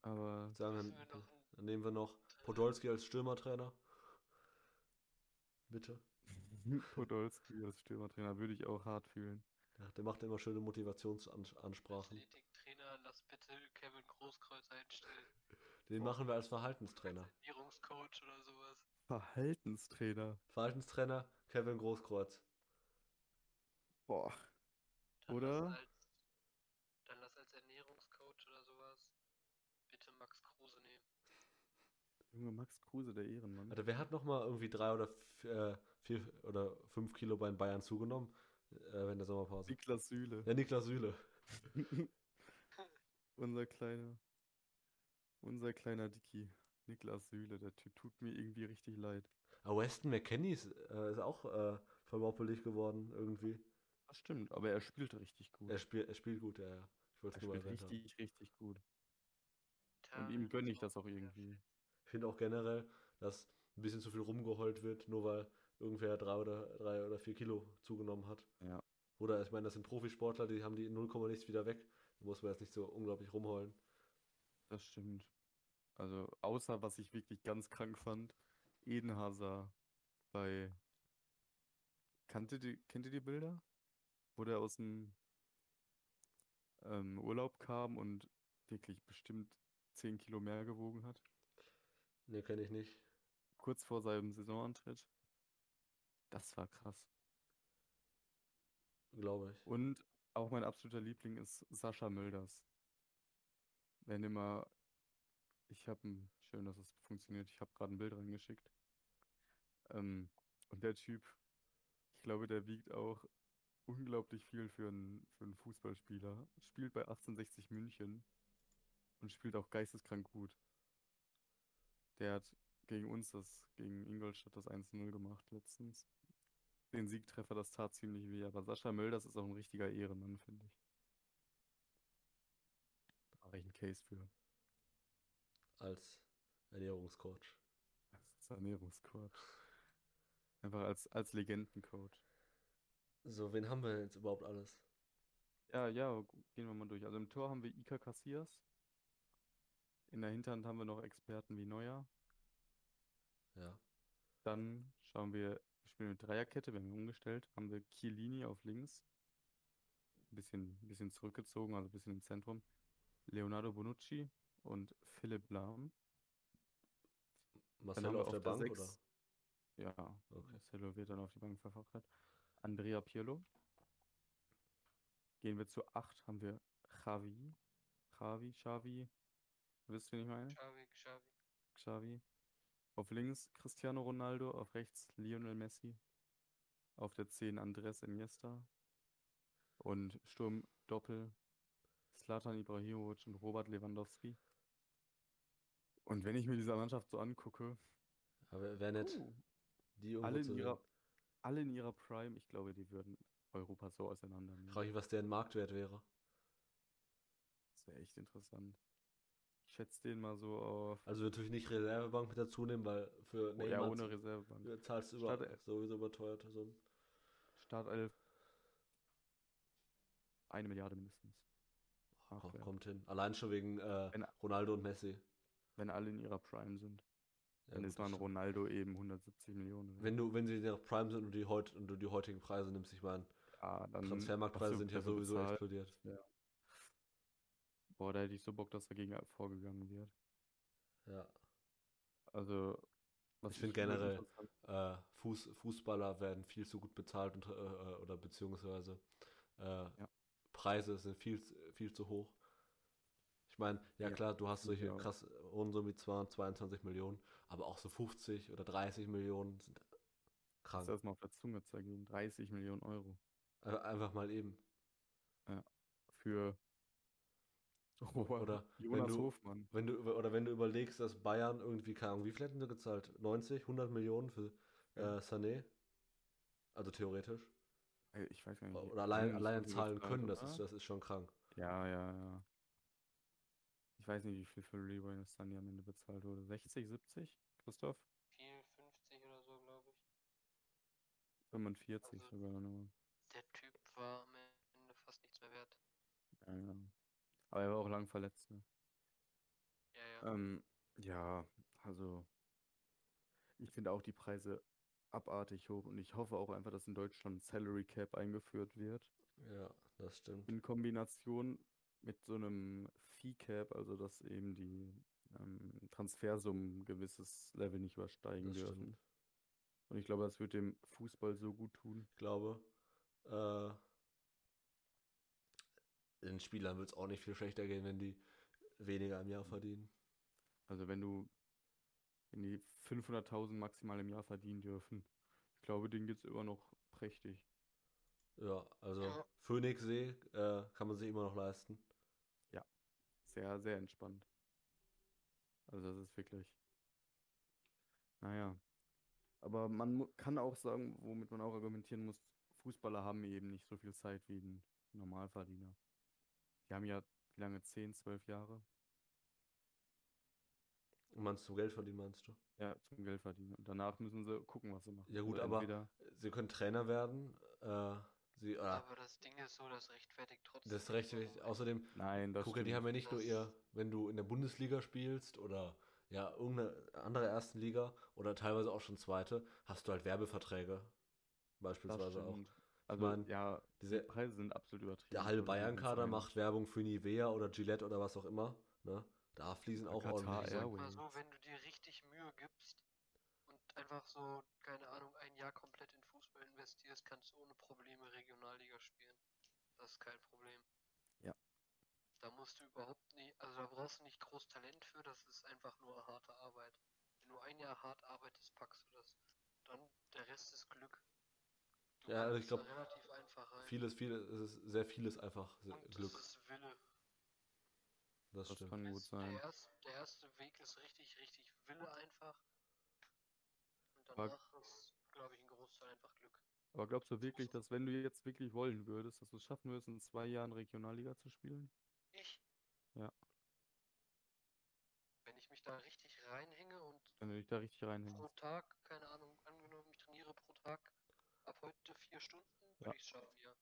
[SPEAKER 1] Aber
[SPEAKER 3] Sagen
[SPEAKER 2] Müssen
[SPEAKER 3] wir,
[SPEAKER 2] wir noch einen
[SPEAKER 3] dann nehmen wir noch
[SPEAKER 2] Trainer-
[SPEAKER 3] Podolski als Stürmertrainer. Bitte.
[SPEAKER 1] Podolski als Stürmertrainer würde ich auch hart fühlen.
[SPEAKER 3] Ja, der macht immer schöne Motivationsansprachen.
[SPEAKER 2] Athletiktrainer, lass bitte Kevin Großkreuz einstellen.
[SPEAKER 3] Den machen wir als Verhaltenstrainer.
[SPEAKER 2] Ernährungscoach oder sowas.
[SPEAKER 1] Verhaltenstrainer.
[SPEAKER 3] Verhaltenstrainer Kevin Großkreuz.
[SPEAKER 1] Boah.
[SPEAKER 2] Dann
[SPEAKER 1] Oder?
[SPEAKER 2] Lass als, dann lass als Ernährungscoach oder sowas bitte Max Kruse nehmen.
[SPEAKER 1] Junge Max Kruse, der Ehrenmann.
[SPEAKER 3] Alter, wer hat nochmal irgendwie drei oder f- äh, vier oder fünf Kilo bei den Bayern zugenommen? Äh, während der Sommerpause.
[SPEAKER 1] Niklas Süle.
[SPEAKER 3] Ja, Niklas Süle.
[SPEAKER 1] unser kleiner. Unser kleiner Dicky. Niklas Süle, der Typ tut mir irgendwie richtig leid.
[SPEAKER 3] Aber Weston McKennie ist, äh, ist auch äh, vermoppelig geworden irgendwie.
[SPEAKER 1] Das stimmt, aber er spielt richtig gut.
[SPEAKER 3] Er, spiel, er spielt gut, ja, ja. Ich wollte
[SPEAKER 1] Oh. Er
[SPEAKER 3] es nur mal
[SPEAKER 1] spielt
[SPEAKER 3] erwähnt haben.
[SPEAKER 1] richtig, richtig gut. Und ihm gönne ich das auch irgendwie.
[SPEAKER 3] Ich finde auch generell, dass ein bisschen zu viel rumgeheult wird, nur weil irgendwer drei oder, drei oder vier Kilo zugenommen hat.
[SPEAKER 1] Ja.
[SPEAKER 3] Oder ich meine, das sind Profisportler, die haben die in 0, nichts wieder weg. Da muss man jetzt nicht so unglaublich rumheulen.
[SPEAKER 1] Das stimmt. Also, außer was ich wirklich ganz krank fand, Eden Hazard bei. Kannte die, kennt ihr die Bilder? Wo der aus dem ähm, Urlaub kam und wirklich bestimmt 10 Kilo mehr gewogen hat.
[SPEAKER 3] Ne, kenne ich nicht.
[SPEAKER 1] Kurz vor seinem Saisonantritt. Das war krass.
[SPEAKER 3] Glaube ich.
[SPEAKER 1] Und auch mein absoluter Liebling ist Sascha Mölders. Wenn immer, ich habe ein, schön, dass es funktioniert, ich habe gerade ein Bild reingeschickt. Ähm, und der Typ, ich glaube, der wiegt auch unglaublich viel für einen, für einen Fußballspieler. Spielt bei 1860 München und spielt auch geisteskrank gut. Der hat gegen uns das, gegen Ingolstadt das 1-0 gemacht letztens den Siegtreffer, das tat ziemlich weh. Aber Sascha Mölders ist auch ein richtiger Ehrenmann, finde ich. Da mache ich einen Case für.
[SPEAKER 3] Als Ernährungscoach.
[SPEAKER 1] Als Ernährungscoach. Einfach als, als Legendencoach.
[SPEAKER 3] So, wen haben wir jetzt überhaupt alles?
[SPEAKER 1] Ja, ja, gu- gehen wir mal durch. Also im Tor haben wir Iker Casillas. In der Hinterhand haben wir noch Experten wie Neuer.
[SPEAKER 3] Ja.
[SPEAKER 1] Dann schauen wir, wir spielen mit Dreierkette, wir haben umgestellt, haben wir Chiellini auf links. Ein bisschen, ein bisschen zurückgezogen, also ein bisschen im Zentrum. Leonardo Bonucci und Philipp Lahm. Dann haben
[SPEAKER 3] Marcelo
[SPEAKER 1] wir
[SPEAKER 3] auf der Bank, oder?
[SPEAKER 1] sechs- Ja,
[SPEAKER 3] Okay.
[SPEAKER 1] Marcelo wird dann auf die Bank verfrachtet. Andrea Pirlo. Gehen wir zu 8, haben wir Xavi. Xavi, Xavi. Wisst ihr, wen ich meine?
[SPEAKER 2] Xavi, Xavi.
[SPEAKER 1] Xavi. Auf links Cristiano Ronaldo, auf rechts Lionel Messi. Auf der 10 Andres Iniesta. Und Sturm Doppel Zlatan Ibrahimovic und Robert Lewandowski. Und wenn ich mir diese Mannschaft so angucke,
[SPEAKER 3] Aber wäre nett,
[SPEAKER 1] uh,
[SPEAKER 3] die irgendwo
[SPEAKER 1] alle in
[SPEAKER 3] zu
[SPEAKER 1] ihrer,
[SPEAKER 3] sehen.
[SPEAKER 1] alle in ihrer Prime, ich glaube, die würden Europa so auseinandernehmen.
[SPEAKER 3] Frage ich, was deren Marktwert wäre.
[SPEAKER 1] Das wäre echt interessant. Ich schätze den mal so auf.
[SPEAKER 3] Also natürlich nicht Reservebank mit dazu nehmen, weil für
[SPEAKER 1] Oh, ja,
[SPEAKER 3] Neymar
[SPEAKER 1] ohne
[SPEAKER 3] z-
[SPEAKER 1] Reservebank.
[SPEAKER 3] Ja, zahlst du über,
[SPEAKER 1] Statt-
[SPEAKER 3] sowieso überteuerte Summen.
[SPEAKER 1] Startelf. Eine Milliarde mindestens.
[SPEAKER 3] Komm,
[SPEAKER 1] Marktwert.
[SPEAKER 3] kommt hin. Allein schon wegen äh,
[SPEAKER 1] Wenn-
[SPEAKER 3] Ronaldo und Messi.
[SPEAKER 1] Wenn alle in ihrer Prime sind,
[SPEAKER 3] Ja,
[SPEAKER 1] dann
[SPEAKER 3] gut,
[SPEAKER 1] ist
[SPEAKER 3] das
[SPEAKER 1] man
[SPEAKER 3] stimmt.
[SPEAKER 1] Ronaldo eben 170 Millionen.
[SPEAKER 3] wenn du, wenn sie in ihrer Prime sind und die heut, und du die heutigen Preise nimmst, ich meine,
[SPEAKER 1] ja, Ah, dann hast
[SPEAKER 3] Transfermarktpreise
[SPEAKER 1] du
[SPEAKER 3] sind ja
[SPEAKER 1] dafür
[SPEAKER 3] sowieso
[SPEAKER 1] bezahlt.
[SPEAKER 3] explodiert.
[SPEAKER 1] Boah, da hätte ich so Bock, dass dagegen vorgegangen wird.
[SPEAKER 3] Ja.
[SPEAKER 1] Also, was
[SPEAKER 3] Ich find
[SPEAKER 1] immer
[SPEAKER 3] generell-
[SPEAKER 1] interessant-
[SPEAKER 3] Äh, Fuß, Fußballer werden viel zu gut bezahlt und, äh, äh, oder beziehungsweise äh, Preise sind viel, zu- viel zu hoch. Ich meine, ja
[SPEAKER 1] Ja,
[SPEAKER 3] klar, du hast
[SPEAKER 1] finde ich
[SPEAKER 3] solche
[SPEAKER 1] auch.
[SPEAKER 3] krass hohen Summen wie 200, 22 Millionen, aber auch so 50 oder 30 Millionen sind
[SPEAKER 1] Lass
[SPEAKER 3] krank.
[SPEAKER 1] das mal auf der Zunge zergehen. 30 Millionen Euro
[SPEAKER 3] Ein- Einfach mal eben.
[SPEAKER 1] für Robert-
[SPEAKER 3] Oder wenn
[SPEAKER 1] Jonas
[SPEAKER 3] du-
[SPEAKER 1] Hofmann.
[SPEAKER 3] Wenn du, über- oder wenn du überlegst, dass Bayern irgendwie, keine Ahnung, wie viel hätten sie gezahlt? 90, 100 Millionen für
[SPEAKER 1] Ja.
[SPEAKER 3] äh, Sané? Also theoretisch.
[SPEAKER 1] Ey, Ich weiß gar nicht.
[SPEAKER 3] Oder allein, allein zahlen können, das
[SPEAKER 1] ist
[SPEAKER 3] ist, das ist schon krank.
[SPEAKER 1] Ja, ja, ja. Ich weiß nicht, wie viel für Leroy Sané am Ende bezahlt wurde. 60, 70? Christoph?
[SPEAKER 2] 4,50 oder so, glaube ich.
[SPEAKER 1] 45
[SPEAKER 2] Also-
[SPEAKER 1] sogar nur.
[SPEAKER 2] Der Typ war am Ende fast nichts mehr wert.
[SPEAKER 1] Ja, ja. Aber er war auch lang verletzt. Ne?
[SPEAKER 2] Ja, ja.
[SPEAKER 1] Ähm, ja, also ich finde auch die Preise abartig hoch und ich hoffe auch einfach, dass in Deutschland ein Salary Cap eingeführt wird.
[SPEAKER 3] Ja, das stimmt.
[SPEAKER 1] In Kombination mit so einem Fee Cap, also dass eben die ähm, Transfersummen ein gewisses Level nicht übersteigen
[SPEAKER 3] Das
[SPEAKER 1] dürfen.
[SPEAKER 3] stimmt.
[SPEAKER 1] Und ich glaube, das wird dem Fußball so gut tun.
[SPEAKER 3] Ich glaube, äh, den Spielern wird es auch nicht viel schlechter gehen, wenn die weniger im Jahr verdienen.
[SPEAKER 1] Also wenn du wenn die 500.000 maximal im Jahr verdienen dürfen, ich glaube, denen geht's immer noch prächtig.
[SPEAKER 3] Ja, also
[SPEAKER 2] Ja.
[SPEAKER 3] Phoenixsee äh, kann man sich immer noch leisten.
[SPEAKER 1] Sehr, sehr entspannt. Also das ist wirklich. Naja. Aber man mu- kann auch sagen, womit man auch argumentieren muss, Fußballer haben eben nicht so viel Zeit wie ein Normalverdiener. Die haben ja, wie lange, 10, 12 Jahre?
[SPEAKER 3] Meinst du, Geld verdienen, meinst du?
[SPEAKER 1] Ja, zum Geld verdienen. Und danach müssen sie gucken, was sie machen.
[SPEAKER 3] Ja, gut,
[SPEAKER 1] also
[SPEAKER 3] aber-
[SPEAKER 1] entweder,
[SPEAKER 3] Sie können Trainer werden. Äh, sie, oder
[SPEAKER 2] Aber das Ding ist so, das rechtfertigt trotzdem.
[SPEAKER 3] das
[SPEAKER 2] nicht
[SPEAKER 3] recht
[SPEAKER 2] so
[SPEAKER 3] wichtig.
[SPEAKER 2] hohe-
[SPEAKER 3] Außerdem,
[SPEAKER 1] nein, das
[SPEAKER 3] Guck ja, die haben
[SPEAKER 1] stimmt.
[SPEAKER 3] ja nicht nur ihr, wenn du in der Bundesliga spielst oder ja, irgendeine andere ersten Liga oder teilweise auch schon zweite, hast du halt Werbeverträge.
[SPEAKER 1] Das
[SPEAKER 3] Beispielsweise auch.
[SPEAKER 1] stimmt. Also,
[SPEAKER 3] mein,
[SPEAKER 1] ja, die
[SPEAKER 3] Diese,
[SPEAKER 1] Preise sind absolut übertrieben. Also
[SPEAKER 3] der halbe
[SPEAKER 1] von den
[SPEAKER 3] Bayern-Kader
[SPEAKER 1] Vereinen.
[SPEAKER 3] macht Werbung für Nivea oder Gillette oder was auch immer. Ne? Da fließen
[SPEAKER 1] Ja,
[SPEAKER 3] auch
[SPEAKER 1] Katar
[SPEAKER 3] ordentlich.
[SPEAKER 2] Ich sag mal
[SPEAKER 1] Airways.
[SPEAKER 2] so, wenn du dir richtig Mühe gibst und einfach so, keine Ahnung, ein Jahr komplett in Fußball investierst, kannst du ohne Probleme Regionalliga spielen. Das ist kein Problem.
[SPEAKER 1] Ja.
[SPEAKER 2] Da musst du überhaupt nicht, also da brauchst du nicht groß Talent für, das ist einfach nur harte Arbeit. Wenn du ein Jahr hart arbeitest, packst du das. Dann der Rest ist Glück. Du
[SPEAKER 3] Ja, also ich
[SPEAKER 2] kannst da
[SPEAKER 3] glaub,
[SPEAKER 2] relativ einfach rein.
[SPEAKER 3] Vieles, vieles, es ist sehr vieles einfach se-
[SPEAKER 2] Und
[SPEAKER 3] Glück.
[SPEAKER 2] es ist Wille.
[SPEAKER 3] Das
[SPEAKER 1] Das
[SPEAKER 3] stimmt.
[SPEAKER 1] kann gut
[SPEAKER 2] Es-
[SPEAKER 1] sein.
[SPEAKER 2] Der erste, der erste Weg ist richtig, richtig Wille einfach. Und
[SPEAKER 1] Aber-
[SPEAKER 2] danach ist, glaube ich, ein Großteil einfach Glück.
[SPEAKER 1] Aber glaubst du wirklich, dass wenn du jetzt wirklich wollen würdest, dass du es schaffen würdest, in zwei Jahren Regionalliga zu spielen?
[SPEAKER 2] Ich.
[SPEAKER 1] Ja.
[SPEAKER 2] Wenn ich mich da richtig reinhänge und
[SPEAKER 1] Wenn du dich da richtig
[SPEAKER 2] pro
[SPEAKER 1] reinhängst.
[SPEAKER 2] Tag, keine Ahnung, angenommen, ich trainiere pro Tag ab heute vier Stunden,
[SPEAKER 1] Ja.
[SPEAKER 2] würde ich es schaffen, ja.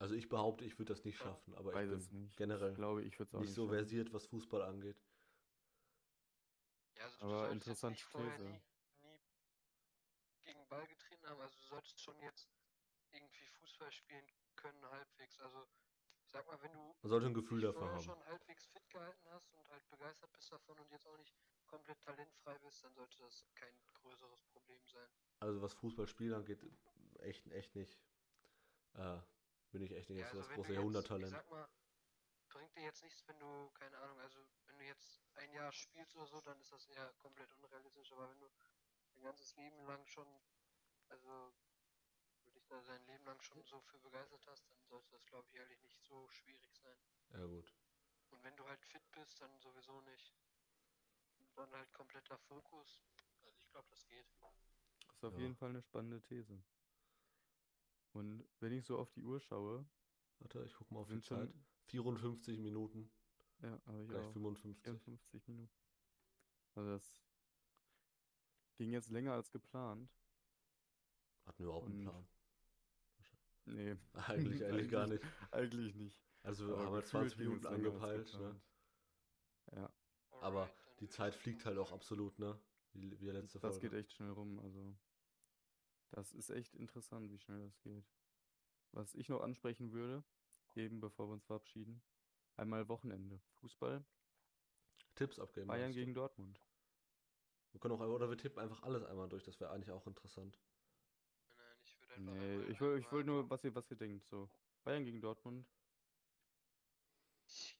[SPEAKER 3] Also ich behaupte, ich würde das nicht schaffen, aber ich
[SPEAKER 1] Weiß
[SPEAKER 3] bin
[SPEAKER 1] es nicht.
[SPEAKER 3] generell
[SPEAKER 1] Ich glaube, ich würde es auch
[SPEAKER 3] nicht
[SPEAKER 1] nicht
[SPEAKER 3] so
[SPEAKER 1] schaffen.
[SPEAKER 3] versiert, was Fußball angeht.
[SPEAKER 2] Ja, also
[SPEAKER 1] Aber
[SPEAKER 2] du solltest jetzt
[SPEAKER 1] interessante
[SPEAKER 2] nicht vorher
[SPEAKER 1] These.
[SPEAKER 2] nie, nie gegen Ball getreten haben. Also du solltest schon jetzt irgendwie Fußball spielen können, halbwegs. Also ich sag mal, wenn du
[SPEAKER 3] Man sollte ein Gefühl
[SPEAKER 2] dich
[SPEAKER 3] dafür
[SPEAKER 2] vorher
[SPEAKER 3] haben.
[SPEAKER 2] schon halbwegs fit gehalten hast und halt begeistert bist davon und jetzt auch nicht komplett talentfrei bist, dann sollte das kein größeres Problem sein.
[SPEAKER 3] Also was Fußballspielen angeht, echt, echt nicht. Äh, bin ich echt nicht
[SPEAKER 2] Ja,
[SPEAKER 3] jetzt
[SPEAKER 2] also
[SPEAKER 3] das
[SPEAKER 2] wenn
[SPEAKER 3] große
[SPEAKER 2] du jetzt,
[SPEAKER 3] Jahrhunderttalent.
[SPEAKER 2] Ich sag mal, bringt dir jetzt nichts, wenn du, keine Ahnung, also wenn du jetzt ein Jahr spielst oder so, dann ist das eher komplett unrealistisch, aber wenn du dein ganzes Leben lang schon, also du dich da dein Leben lang schon so für begeistert hast, dann sollte das glaube ich ehrlich nicht so schwierig sein.
[SPEAKER 3] ja gut.
[SPEAKER 2] Und wenn du halt fit bist, dann sowieso nicht. Und dann halt kompletter Fokus. Also ich glaube, das geht.
[SPEAKER 1] Das ist auf
[SPEAKER 3] Ja.
[SPEAKER 1] jeden Fall eine spannende These. Und wenn ich so auf die Uhr schaue,
[SPEAKER 3] Warte, ich guck mal auf die
[SPEAKER 1] sind schon,
[SPEAKER 3] Zeit. 54 Minuten,
[SPEAKER 1] ja, aber ich
[SPEAKER 3] gleich
[SPEAKER 1] auch,
[SPEAKER 3] 55.
[SPEAKER 1] 54 Minuten. Also das ging jetzt länger als geplant.
[SPEAKER 3] Hatten wir überhaupt einen
[SPEAKER 1] Und-
[SPEAKER 3] Plan?
[SPEAKER 1] Nee,
[SPEAKER 3] Eigentlich, eigentlich gar
[SPEAKER 1] Eigentlich-
[SPEAKER 3] nicht.
[SPEAKER 1] eigentlich nicht.
[SPEAKER 3] Also wir
[SPEAKER 1] Aber
[SPEAKER 3] haben halt
[SPEAKER 1] gefühlt
[SPEAKER 3] 20
[SPEAKER 1] ging
[SPEAKER 3] Minuten
[SPEAKER 1] es länger als
[SPEAKER 3] angepeilt, ne?
[SPEAKER 1] geplant. Ja,
[SPEAKER 3] Aber
[SPEAKER 2] Alright, dann
[SPEAKER 3] Die
[SPEAKER 2] würd
[SPEAKER 3] Zeit
[SPEAKER 2] ich
[SPEAKER 3] fliegt
[SPEAKER 2] mal
[SPEAKER 3] halt auch
[SPEAKER 2] sagen,
[SPEAKER 3] absolut, ne? Wie, wie der letzte
[SPEAKER 1] das geht
[SPEAKER 3] Folge.
[SPEAKER 1] echt schnell rum. Also, das ist echt interessant, wie schnell das geht. Was ich noch ansprechen würde, eben bevor wir uns verabschieden, einmal Wochenende. Fußball,
[SPEAKER 3] Tipps abgeben.
[SPEAKER 1] Bayern
[SPEAKER 3] meinst du?
[SPEAKER 1] gegen Dortmund.
[SPEAKER 3] Wir können auch einfach, oder wir tippen einfach alles einmal durch, das wäre eigentlich auch interessant.
[SPEAKER 2] Nein, ich würde einfach
[SPEAKER 1] Nee,
[SPEAKER 2] einmal-
[SPEAKER 1] ich will, ich will
[SPEAKER 2] einmal-
[SPEAKER 1] nur, was ihr, was ihr denkt. So, Bayern gegen Dortmund.
[SPEAKER 2] Ich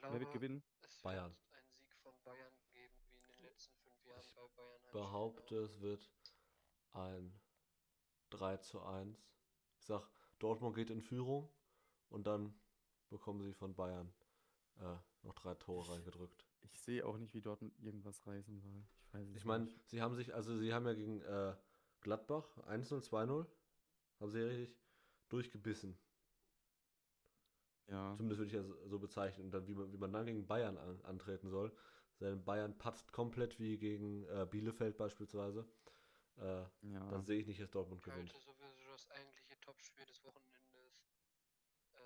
[SPEAKER 1] Wer wird
[SPEAKER 2] glaube,
[SPEAKER 1] gewinnen?
[SPEAKER 2] Es
[SPEAKER 3] Bayern.
[SPEAKER 2] wird einen Sieg von Bayern geben, wie in den letzten fünf Jahren
[SPEAKER 3] Ich
[SPEAKER 2] bei Bayern. halt. Heimspielen auch.
[SPEAKER 3] behaupte, es wird ein 3 zu 1. Ich sag, Dortmund geht in Führung und dann bekommen sie von Bayern äh, noch drei Tore reingedrückt.
[SPEAKER 1] Ich sehe auch nicht, wie Dortmund irgendwas reißen soll. Ich weiß es
[SPEAKER 3] Ich meine,
[SPEAKER 1] nicht.
[SPEAKER 3] sie haben sich, also sie haben ja gegen äh, Gladbach 1-0, 2-0, haben sie ja richtig durchgebissen.
[SPEAKER 1] Ja.
[SPEAKER 3] Zumindest würde ich ja so- so bezeichnen. Und dann, wie man, wie man dann gegen Bayern an, antreten soll. Denn Bayern patzt komplett wie gegen äh, Bielefeld beispielsweise. Äh,
[SPEAKER 1] ja.
[SPEAKER 3] Dann sehe ich nicht, dass Dortmund gewinnt.
[SPEAKER 2] Könnte sowieso das eigentliche Topspiel des Wochenendes. Ähm,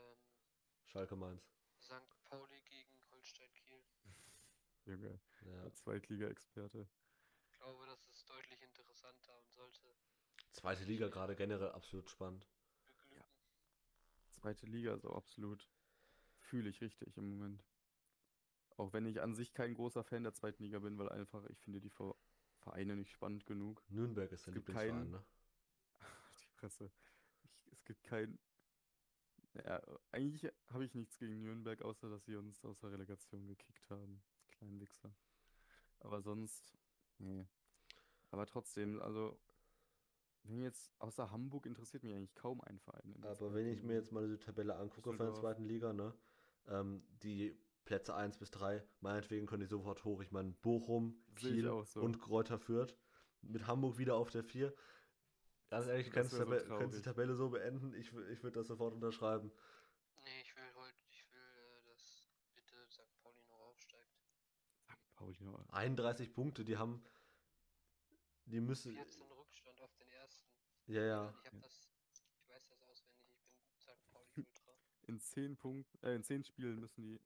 [SPEAKER 3] Schalke Mainz.
[SPEAKER 2] St. Pauli gegen Holstein Kiel.
[SPEAKER 1] Junge,
[SPEAKER 3] Ja.
[SPEAKER 1] der Zweitliga-Experte.
[SPEAKER 2] Ich glaube, das ist deutlich interessanter und sollte
[SPEAKER 3] Zweite Liga gerade generell absolut spannend.
[SPEAKER 2] beglücken.
[SPEAKER 1] Zweite Liga ist auch absolut, fühle ich richtig im Moment. Auch wenn ich an sich kein großer Fan der zweiten Liga bin, weil einfach, ich finde die Ver- Vereine nicht spannend genug.
[SPEAKER 3] Nürnberg ist der
[SPEAKER 1] gibt
[SPEAKER 3] Lieblingsverein,
[SPEAKER 1] keinen-
[SPEAKER 3] ne?
[SPEAKER 1] Die Presse. Ich, es gibt kein. Ja, eigentlich habe ich nichts gegen Nürnberg, außer dass sie uns aus der Relegation gekickt haben. Kleinen Wichser. Aber sonst, nee. Aber trotzdem, also, wenn jetzt außer Hamburg interessiert mich eigentlich kaum ein Verein. in der
[SPEAKER 3] Aber wenn ich
[SPEAKER 1] zweiten
[SPEAKER 3] mir
[SPEAKER 1] Liga.
[SPEAKER 3] jetzt mal die Tabelle angucke von der
[SPEAKER 1] Düsseldorf.
[SPEAKER 3] zweiten Liga, ne? Ähm, die Plätze 1 bis 3, meinetwegen können die sofort hoch. Ich meine, Bochum,
[SPEAKER 1] Sehe ich
[SPEAKER 3] Kiel
[SPEAKER 1] auch so.
[SPEAKER 3] und Kräuter Fürth. Mit Hamburg wieder auf der 4. Ganz ehrlich,
[SPEAKER 1] Das
[SPEAKER 3] kannst du
[SPEAKER 1] wär so
[SPEAKER 3] Tabe kannst die
[SPEAKER 1] traurig.
[SPEAKER 3] Tabelle so beenden? Ich, wü- ich würde das sofort unterschreiben.
[SPEAKER 2] Nee, ich will heute, ich will, äh, dass bitte St. Pauli noch aufsteigt.
[SPEAKER 1] St. Pauli noch.
[SPEAKER 3] 31 Punkte, die haben. Die müssen.
[SPEAKER 2] 14 Rückstand auf den ersten.
[SPEAKER 3] Ja, ja.
[SPEAKER 2] Ich habe das, ich weiß das auswendig, ich bin St. Pauli Ultra.
[SPEAKER 1] In zehn Punkten, äh, in zehn Spielen müssen die.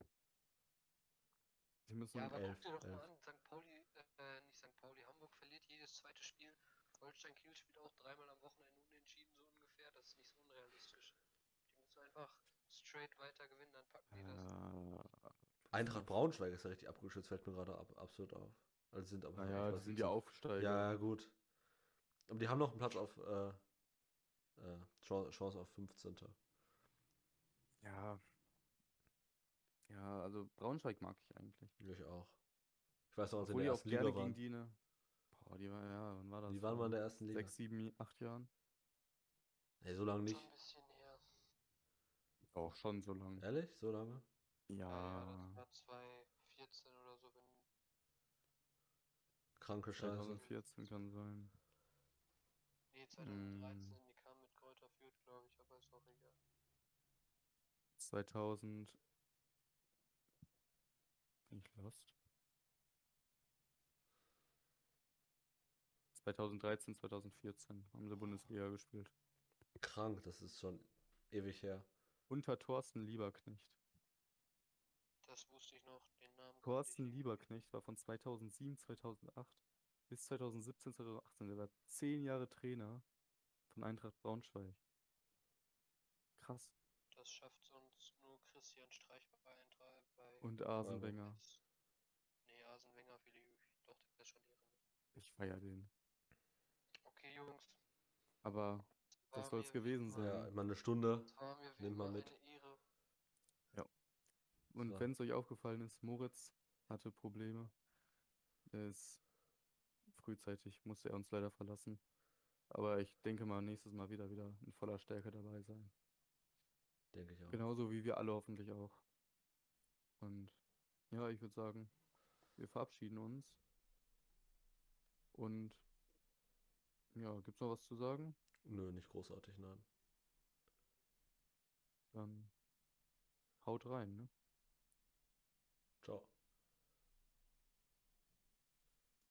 [SPEAKER 1] Die müssen.
[SPEAKER 2] Ja, aber
[SPEAKER 3] elf,
[SPEAKER 2] guck dir doch mal
[SPEAKER 3] elf.
[SPEAKER 2] an, St. Pauli, äh, nicht St. Pauli, Hamburg verliert jedes zweite Spiel. Holstein Kiel spielt auch dreimal am Wochenende unentschieden, so ungefähr. Das ist nicht so unrealistisch. Die müssen einfach straight weiter gewinnen, dann packen die das.
[SPEAKER 1] Ah,
[SPEAKER 3] Eintracht Braunschweig ist ja richtig abgeschützt, fällt mir gerade ab, absolut auf. Also sind aber
[SPEAKER 1] naja,
[SPEAKER 3] ich
[SPEAKER 1] die
[SPEAKER 3] weiß
[SPEAKER 1] sind
[SPEAKER 3] nicht,
[SPEAKER 1] ja
[SPEAKER 3] so-
[SPEAKER 1] Aufsteiger.
[SPEAKER 3] Ja, ja, gut. Aber die haben noch einen Platz auf äh, äh, Chance, Chance auf 15.
[SPEAKER 1] Ja. Ja, also Braunschweig mag ich eigentlich.
[SPEAKER 3] Ich auch. Ich weiß noch, als sie Also in
[SPEAKER 1] Obwohl
[SPEAKER 3] der
[SPEAKER 1] die auch
[SPEAKER 3] ersten Liga
[SPEAKER 1] gerne
[SPEAKER 3] waren.
[SPEAKER 1] gegen die ne. Boah, die waren, ja, wann war das?
[SPEAKER 3] Die waren mal
[SPEAKER 1] Vor
[SPEAKER 3] in der ersten Liga.
[SPEAKER 1] sechs, sieben, je- acht Jahren?
[SPEAKER 3] Nee, so lange
[SPEAKER 2] Schon
[SPEAKER 3] nicht.
[SPEAKER 2] ein bisschen her.
[SPEAKER 1] Auch schon so lang.
[SPEAKER 3] Ehrlich? So lange?
[SPEAKER 2] Ja,
[SPEAKER 1] Ja.
[SPEAKER 2] das war 2014 oder so, wenn
[SPEAKER 3] Kranke Scheiße.
[SPEAKER 1] 2014 kann sein.
[SPEAKER 2] Nee,
[SPEAKER 1] Hm.
[SPEAKER 2] 2013, die kam mit Kräuter Fürth, glaube ich, aber ist auch egal.
[SPEAKER 1] 2000. Bin ich lost? 2013, 2014 haben sie Bundesliga gespielt.
[SPEAKER 3] Krank, das ist schon ewig her.
[SPEAKER 1] Unter Thorsten Lieberknecht.
[SPEAKER 2] Das wusste ich noch, den Namen. kannte
[SPEAKER 1] Thorsten
[SPEAKER 2] ich.
[SPEAKER 1] Lieberknecht war von 2007, 2008 bis 2017, 2018. Der war zehn Jahre Trainer von Eintracht Braunschweig. Krass.
[SPEAKER 2] Das schafft sonst nur Christian Streich bei Eintracht. Bei
[SPEAKER 1] Und Arsene Wenger.
[SPEAKER 2] Nee, Arsene Wenger will ich. Doch, der ist schon Ehrenmann.
[SPEAKER 1] Ich feier den.
[SPEAKER 2] Okay, Jungs.
[SPEAKER 1] Aber Das
[SPEAKER 2] war
[SPEAKER 1] soll's
[SPEAKER 2] mir wie
[SPEAKER 1] gewesen
[SPEAKER 2] immer-
[SPEAKER 1] sein.
[SPEAKER 3] Ja, immer eine Stunde.
[SPEAKER 2] Es war mir wie
[SPEAKER 3] Nimmt mal
[SPEAKER 2] immer
[SPEAKER 3] mit.
[SPEAKER 2] eine Ehre.
[SPEAKER 1] und
[SPEAKER 3] So.
[SPEAKER 1] wenn es euch aufgefallen ist, Moritz hatte Probleme. Er ist frühzeitig, musste er uns leider verlassen. Aber ich denke mal, nächstes Mal wieder wieder in voller Stärke dabei sein.
[SPEAKER 3] Denke ich auch.
[SPEAKER 1] Genauso wie wir alle hoffentlich auch. Und ja, ich würde sagen, wir verabschieden uns. Und ja, gibt's noch was zu sagen?
[SPEAKER 3] Nö, nicht großartig, nein.
[SPEAKER 1] Dann haut rein, ne?
[SPEAKER 3] Ciao.